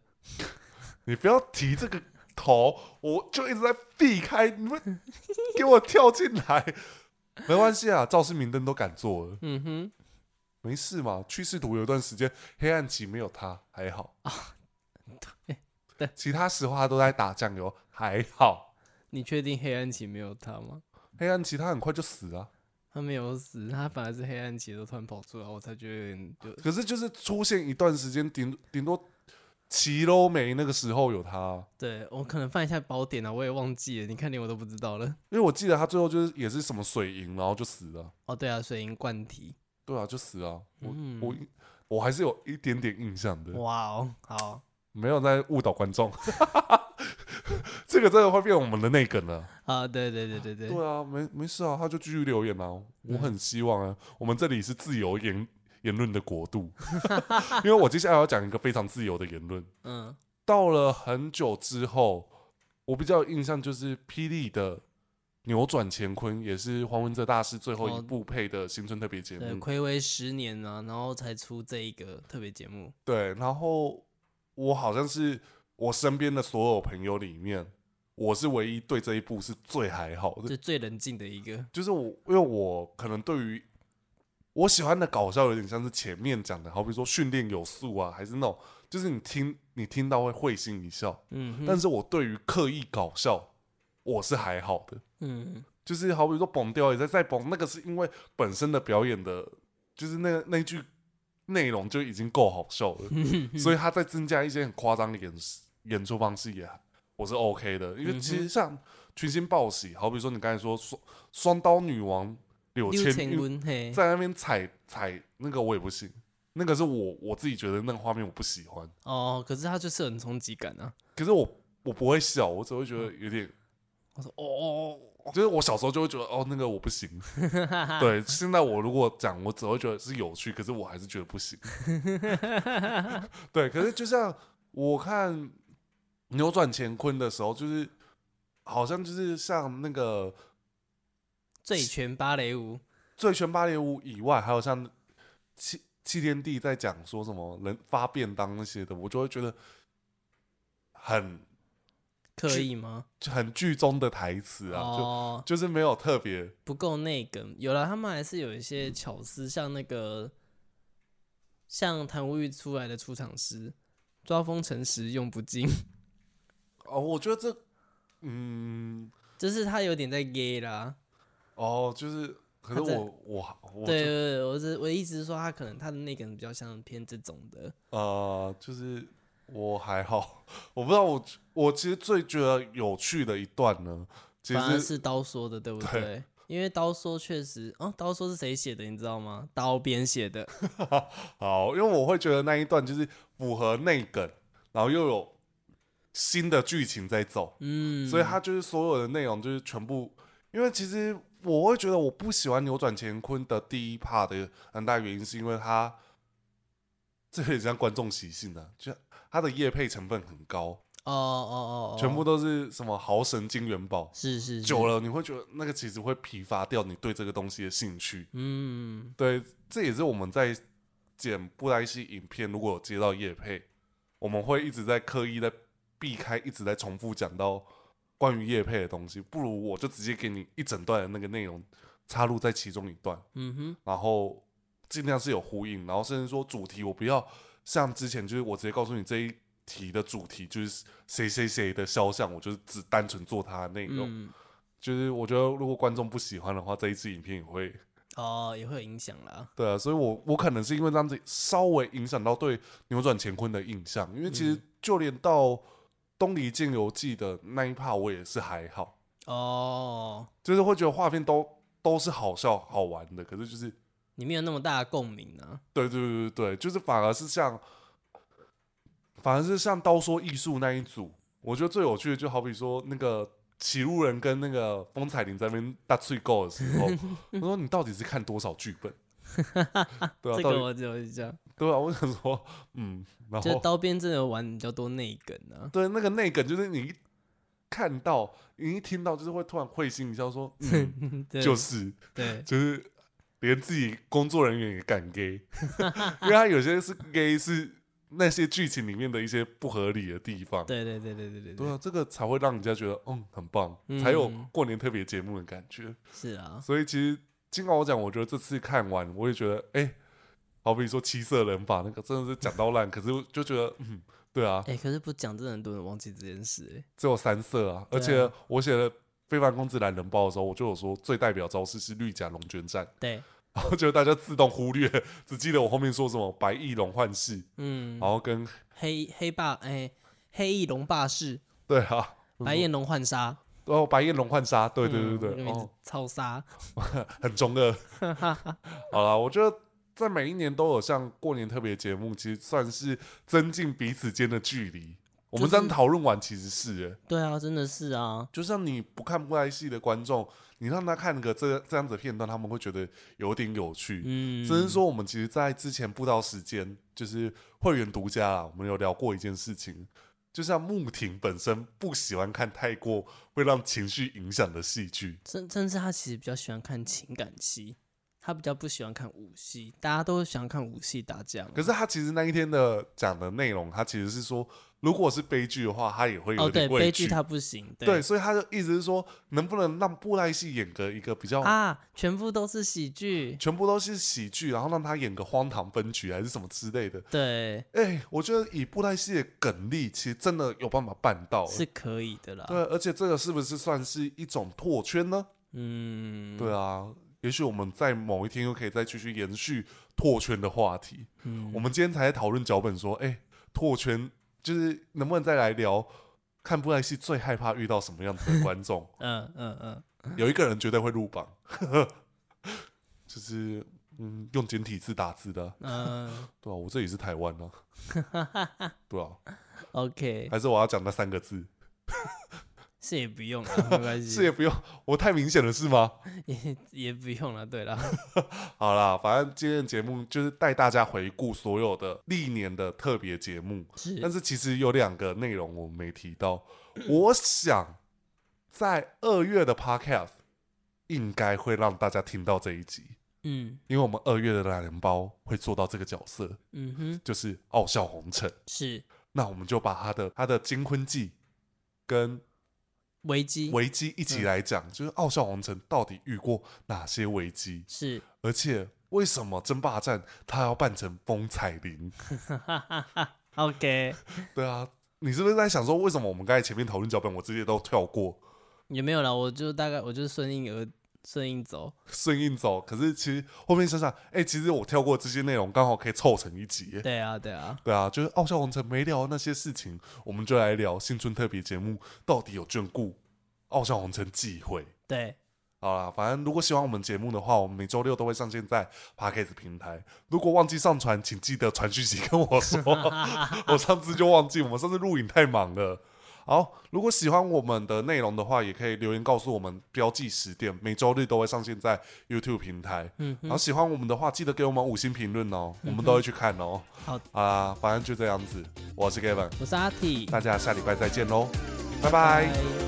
Speaker 1: 你不要提这个头，我就一直在避开你们， <laughs> 给我跳进来。没关系啊，赵世明灯都敢做了，
Speaker 2: 嗯哼，
Speaker 1: 没事嘛。趋势图有一段时间黑暗期没有他还好啊，
Speaker 2: 哦对，
Speaker 1: 其他时候他都在打酱油还好。
Speaker 2: 你确定黑暗期没有他吗？
Speaker 1: 黑暗期他很快就死啊了、
Speaker 2: 他没有死，他反而是黑暗期都突然跑出来，我才觉得有点就
Speaker 1: 可是就是出现一段时间，顶顶多齐都梅那个时候有他，啊
Speaker 2: 对我可能犯一下宝典啊了，我也忘记了，你看连我都不知道了。
Speaker 1: 因为我记得他最后就是也是什么水银，然后就死了。
Speaker 2: 哦，对啊，水银贯体，
Speaker 1: 对啊，就死了。我、
Speaker 2: 嗯
Speaker 1: 我我还是有一点点印象的，
Speaker 2: 哇哦，好
Speaker 1: 没有在误导观众。 <laughs> 这个真的会变我们的内梗了。
Speaker 2: 啊，对对对对对，
Speaker 1: 对啊，没没事啊，他就继续留言啊。我
Speaker 2: 嗯
Speaker 1: 很希望啊，我们这里是自由言言论的国度， <laughs> 因为我接下来要讲一个非常自由的言论。
Speaker 2: 嗯，
Speaker 1: 到了很久之后，我比较有印象就是霹雳的。扭转乾坤也是黄文哲大师最后一
Speaker 2: 哦
Speaker 1: 部配的新春特别节目
Speaker 2: 对，，暌违十年啊，然后才出这一个特别节目，
Speaker 1: 对，然后我好像是我身边的所有朋友里面，我是唯一对这一部是最还好的
Speaker 2: 就，最冷静的一个，
Speaker 1: 就是我因为我可能对于我喜欢的搞笑有点像是前面讲的，好比说训练有素啊，还是那种就是你听你听到会会心一笑，
Speaker 2: 嗯哼，
Speaker 1: 但是我对于刻意搞笑我是还好的，
Speaker 2: 嗯，
Speaker 1: 就是好比说蹦掉也在在蹦，那个是因为本身的表演的，就是那那句内容就已经够好笑 <laughs> 了，所以他再增加一些很夸张的演演出方式也我是 OK 的，因为其实像群星报喜，好比说你刚才说双双刀女王柳
Speaker 2: 六
Speaker 1: 千
Speaker 2: 千
Speaker 1: 玉
Speaker 2: 温嘿，
Speaker 1: 在那边踩踩那个我也不行，那个是我我自己觉得那个画面我不喜欢，
Speaker 2: 哦，可是他就是很冲击感啊，
Speaker 1: 可是我我不会笑，我只会觉得有点。
Speaker 2: 我说哦哦。哦 <laughs>
Speaker 1: 就是我小时候就会觉得哦，那个我不行。 <laughs> 对，现在我如果讲，我只会觉得是有趣，可是我还是觉得不行。对，可是就像我看扭转乾坤的时候，就是好像就是像那个
Speaker 2: 醉拳芭蕾舞，
Speaker 1: 醉拳芭蕾舞以外，还有像七七天地在讲说什么人发便当那些的，我就会觉得很
Speaker 2: 可以吗？
Speaker 1: 很剧中的台词啊，
Speaker 2: 哦，
Speaker 1: 就就是没有特别
Speaker 2: 不够内梗。有了，他们还是有一
Speaker 1: 嗯
Speaker 2: 些巧思，像那个像谭无欲出来的出场诗，抓风成时用不 <laughs> 尽，
Speaker 1: 哦，我觉得这嗯
Speaker 2: 就是他有点在 gay 啦。
Speaker 1: 哦，就是可是
Speaker 2: 他在
Speaker 1: 我我我
Speaker 2: 对对
Speaker 1: 就
Speaker 2: 对，我是我的意思是说，他可能他的内梗比较像偏这种的。
Speaker 1: 呃，就是我还好， <laughs> 我不知道我我其实最觉得有趣的一段呢，其
Speaker 2: 反而
Speaker 1: 实
Speaker 2: 是刀说的，对不
Speaker 1: 对
Speaker 2: 对？因为刀说确实，哦，刀说是谁写的，你知道吗？刀边写
Speaker 1: <laughs>
Speaker 2: 的，
Speaker 1: 好，因为我会觉得那一段就是符合内梗，然后又有新的剧情在走，
Speaker 2: 嗯，
Speaker 1: 所以它就是所有的内容就是全部。因为其实我会觉得我不喜欢扭转乾坤的第一 part 的很大原因是因为它这有点像观众习性的、啊，就它的业配成分很高，
Speaker 2: 哦哦哦，哦
Speaker 1: 全部都是什么豪神金元宝，
Speaker 2: 是是是
Speaker 1: 久，了你会觉得那个其实会疲乏掉你对这个东西的兴趣。
Speaker 2: 嗯，
Speaker 1: 对，这也是我们在剪布莱希影片，如果有接到叶配，我们会一直在刻意在避开，一直在重复讲到关于叶配的东西。不如我就直接给你一整段的那个内容插入在其中一段，
Speaker 2: 嗯哼，
Speaker 1: 然后尽量是有呼应，然后甚至说主题我不要像之前就是我直接告诉你这一题的主题就是谁谁谁的肖像，我就是只单纯做它的内容。
Speaker 2: 嗯，
Speaker 1: 就是我觉得如果观众不喜欢的话，这一支影片也会。
Speaker 2: 哦，也会有影响啦，
Speaker 1: 对啊，所以我我可能是因为这样子稍微影响到对扭转乾坤的印象，因为其实就连到《东离剑游记》的那一趴，我也是还好，
Speaker 2: 哦，
Speaker 1: 就是会觉得画面都都是好笑好玩的，可是就是
Speaker 2: 你没有那么大的共鸣啊，
Speaker 1: 对对对对对，就是反而是像，反而是像刀说艺术那一组，我觉得最有趣的就好比说那个起路人跟那个风彩玲在那边大脆够的时
Speaker 2: <laughs>
Speaker 1: 候，我说你到底是看多少剧本？对啊，
Speaker 2: <laughs> 这
Speaker 1: 到
Speaker 2: 个
Speaker 1: 底
Speaker 2: 我只有这样，
Speaker 1: 对啊，我想说，嗯，然
Speaker 2: 就是
Speaker 1: 后
Speaker 2: 刀边真的玩比较多内梗啊，
Speaker 1: 对那个内梗，就是你一看到，你一听到，就是会突然会心一笑，
Speaker 2: <laughs>
Speaker 1: 说，嗯，
Speaker 2: 对
Speaker 1: 就是
Speaker 2: 对，
Speaker 1: 就是，连自己工作人员也敢 gay，因为 <laughs> 他有些是 gay 是那些剧情里面的一些不合理的地方，
Speaker 2: 对对对对对对
Speaker 1: 对
Speaker 2: 对，
Speaker 1: 啊，这个才会让人家觉得，嗯，很棒，才有
Speaker 2: 嗯
Speaker 1: 过年特别节目的感觉。
Speaker 2: 是啊，
Speaker 1: 所以其实金我奖，我觉得这次看完，我也觉得，哎、好比说七色人把那个真的是讲到烂，可是我就觉得，嗯，对啊，
Speaker 2: 哎，可是不讲，真的很多人忘记这件事，
Speaker 1: 只有三色啊，而且我写了《非凡公子懒人包》的时候，我就有说最代表招式是绿甲龙卷战
Speaker 2: 哎，，对，
Speaker 1: 然后 <laughs> 就大家自动忽略，只记得我后面说什么白翼龙幻视，
Speaker 2: 嗯，
Speaker 1: 然后跟
Speaker 2: 黑黑霸，哎，黑翼龙霸士，
Speaker 1: 对啊，
Speaker 2: 白焰龙幻杀，
Speaker 1: 哦白焰龙幻杀，对对对
Speaker 2: 嗯那
Speaker 1: 对，
Speaker 2: 个名字
Speaker 1: 哦，
Speaker 2: 超杀，
Speaker 1: 很中二。
Speaker 2: <laughs>
Speaker 1: 好啦，我觉得在每一年都有像过年特别节目，其实算是增进彼此间的距离。我们这样讨论完，其实是耶、
Speaker 2: 对啊，真的是啊，
Speaker 1: 就像你不看不爱戏的观众，你让他看个这这样子的片段，他们会觉得有点有趣。
Speaker 2: 嗯，
Speaker 1: 只是说，我们其实，在之前布道时间，就是会员独家啊，我们有聊过一件事情，就像穆婷本身不喜欢看太过会让情绪影响的戏剧，
Speaker 2: 甚甚至他其实比较喜欢看情感戏，他比较不喜欢看武戏，大家都喜欢看武戏打架嘛。
Speaker 1: 可是他其实那一天的讲的内容，他其实是说，如果是悲剧的话，他也会
Speaker 2: 哦，
Speaker 1: 有
Speaker 2: 对，
Speaker 1: 点
Speaker 2: 悲
Speaker 1: 畏
Speaker 2: 剧
Speaker 1: 惧。
Speaker 2: 他不行，
Speaker 1: 对，所以他就意思是说，能不能让布袋戏演个一个比较，
Speaker 2: 啊，全部都是喜剧，
Speaker 1: 全部都是喜剧，然后让他演个荒唐分局还是什么之类的。
Speaker 2: 对，
Speaker 1: 哎、我觉得以布袋戏的梗力，其实真的有办法办到。欸
Speaker 2: 是可以的啦。
Speaker 1: 哦对，啊而且这个是不是算是一种拓圈呢？
Speaker 2: 嗯，
Speaker 1: 对啊，也许我们在某一天又可以再继续延续拓圈的话题。
Speaker 2: 嗯
Speaker 1: 我们今天才在讨论脚本，说，哎、拓圈就是能不能再来聊看布莱希最害怕遇到什么样子的观众？
Speaker 2: <laughs> 嗯嗯嗯，
Speaker 1: 有一个人绝对会入榜， <laughs> 就是嗯，用简体字打字的， <laughs>
Speaker 2: 嗯
Speaker 1: 对啊，我这里是台湾啊，对啊，
Speaker 2: <laughs> ，OK，
Speaker 1: 哎还是我要讲那三个字，
Speaker 2: 是也不
Speaker 1: <laughs>
Speaker 2: 用了，没关系，
Speaker 1: 是也啊不用，我太明显了是吗？
Speaker 2: <laughs> 也也不用了。
Speaker 1: <laughs>
Speaker 2: 对了，
Speaker 1: 好啦，反正今天的节目就是带大家回顾所有的历年的特别节目，但
Speaker 2: 是
Speaker 1: 是其实有两个内容我们没提到，我想在二月的 Podcast 应该会让大家听到这一集，
Speaker 2: 嗯
Speaker 1: 因为我们二月的懒人包会做到这个角色，
Speaker 2: 嗯哼，
Speaker 1: 就是傲笑红尘。
Speaker 2: 是
Speaker 1: 那我们就把他的他的金婚记跟
Speaker 2: 危机，
Speaker 1: 危机一起来讲，就是傲笑红尘到底遇过哪些危机，
Speaker 2: 是 <laughs>
Speaker 1: 而且为什么争霸战他要扮成风彩铃？ <laughs>
Speaker 2: OK，
Speaker 1: 对啊，你是不是在想说为什么我们刚才前面讨论脚本我直接都跳过，
Speaker 2: 也没有了，我就大概我就是顺应而顺应走，
Speaker 1: 顺应走？可是其实后面想想，哎、其实我跳过这些内容刚好可以凑成一集耶。
Speaker 2: 对啊对啊，
Speaker 1: 对啊，就是傲笑红尘没聊的那些事情，我们就来聊新春特别节目到底有眷顾傲笑红尘忌讳。
Speaker 2: 对，
Speaker 1: 好啦，反正如果喜欢我们节目的话，我们每周六都会上线在 Podcast 平台。如果忘记上传，请记得传讯息跟我说。我上次就忘记，我们上次录影太忙了。好，如果喜欢我们的内容的话，也可以留言告诉我们，标记十点，每周日都会上线在 YouTube 平台。
Speaker 2: 嗯
Speaker 1: 然后喜欢我们的话，记得给我们五星评论哦，我们都会去看哦。
Speaker 2: 好
Speaker 1: 啊，反正就这样子，我是 Gavin，
Speaker 2: 我是阿 T，
Speaker 1: 大家下礼拜再见喽，拜拜
Speaker 2: 拜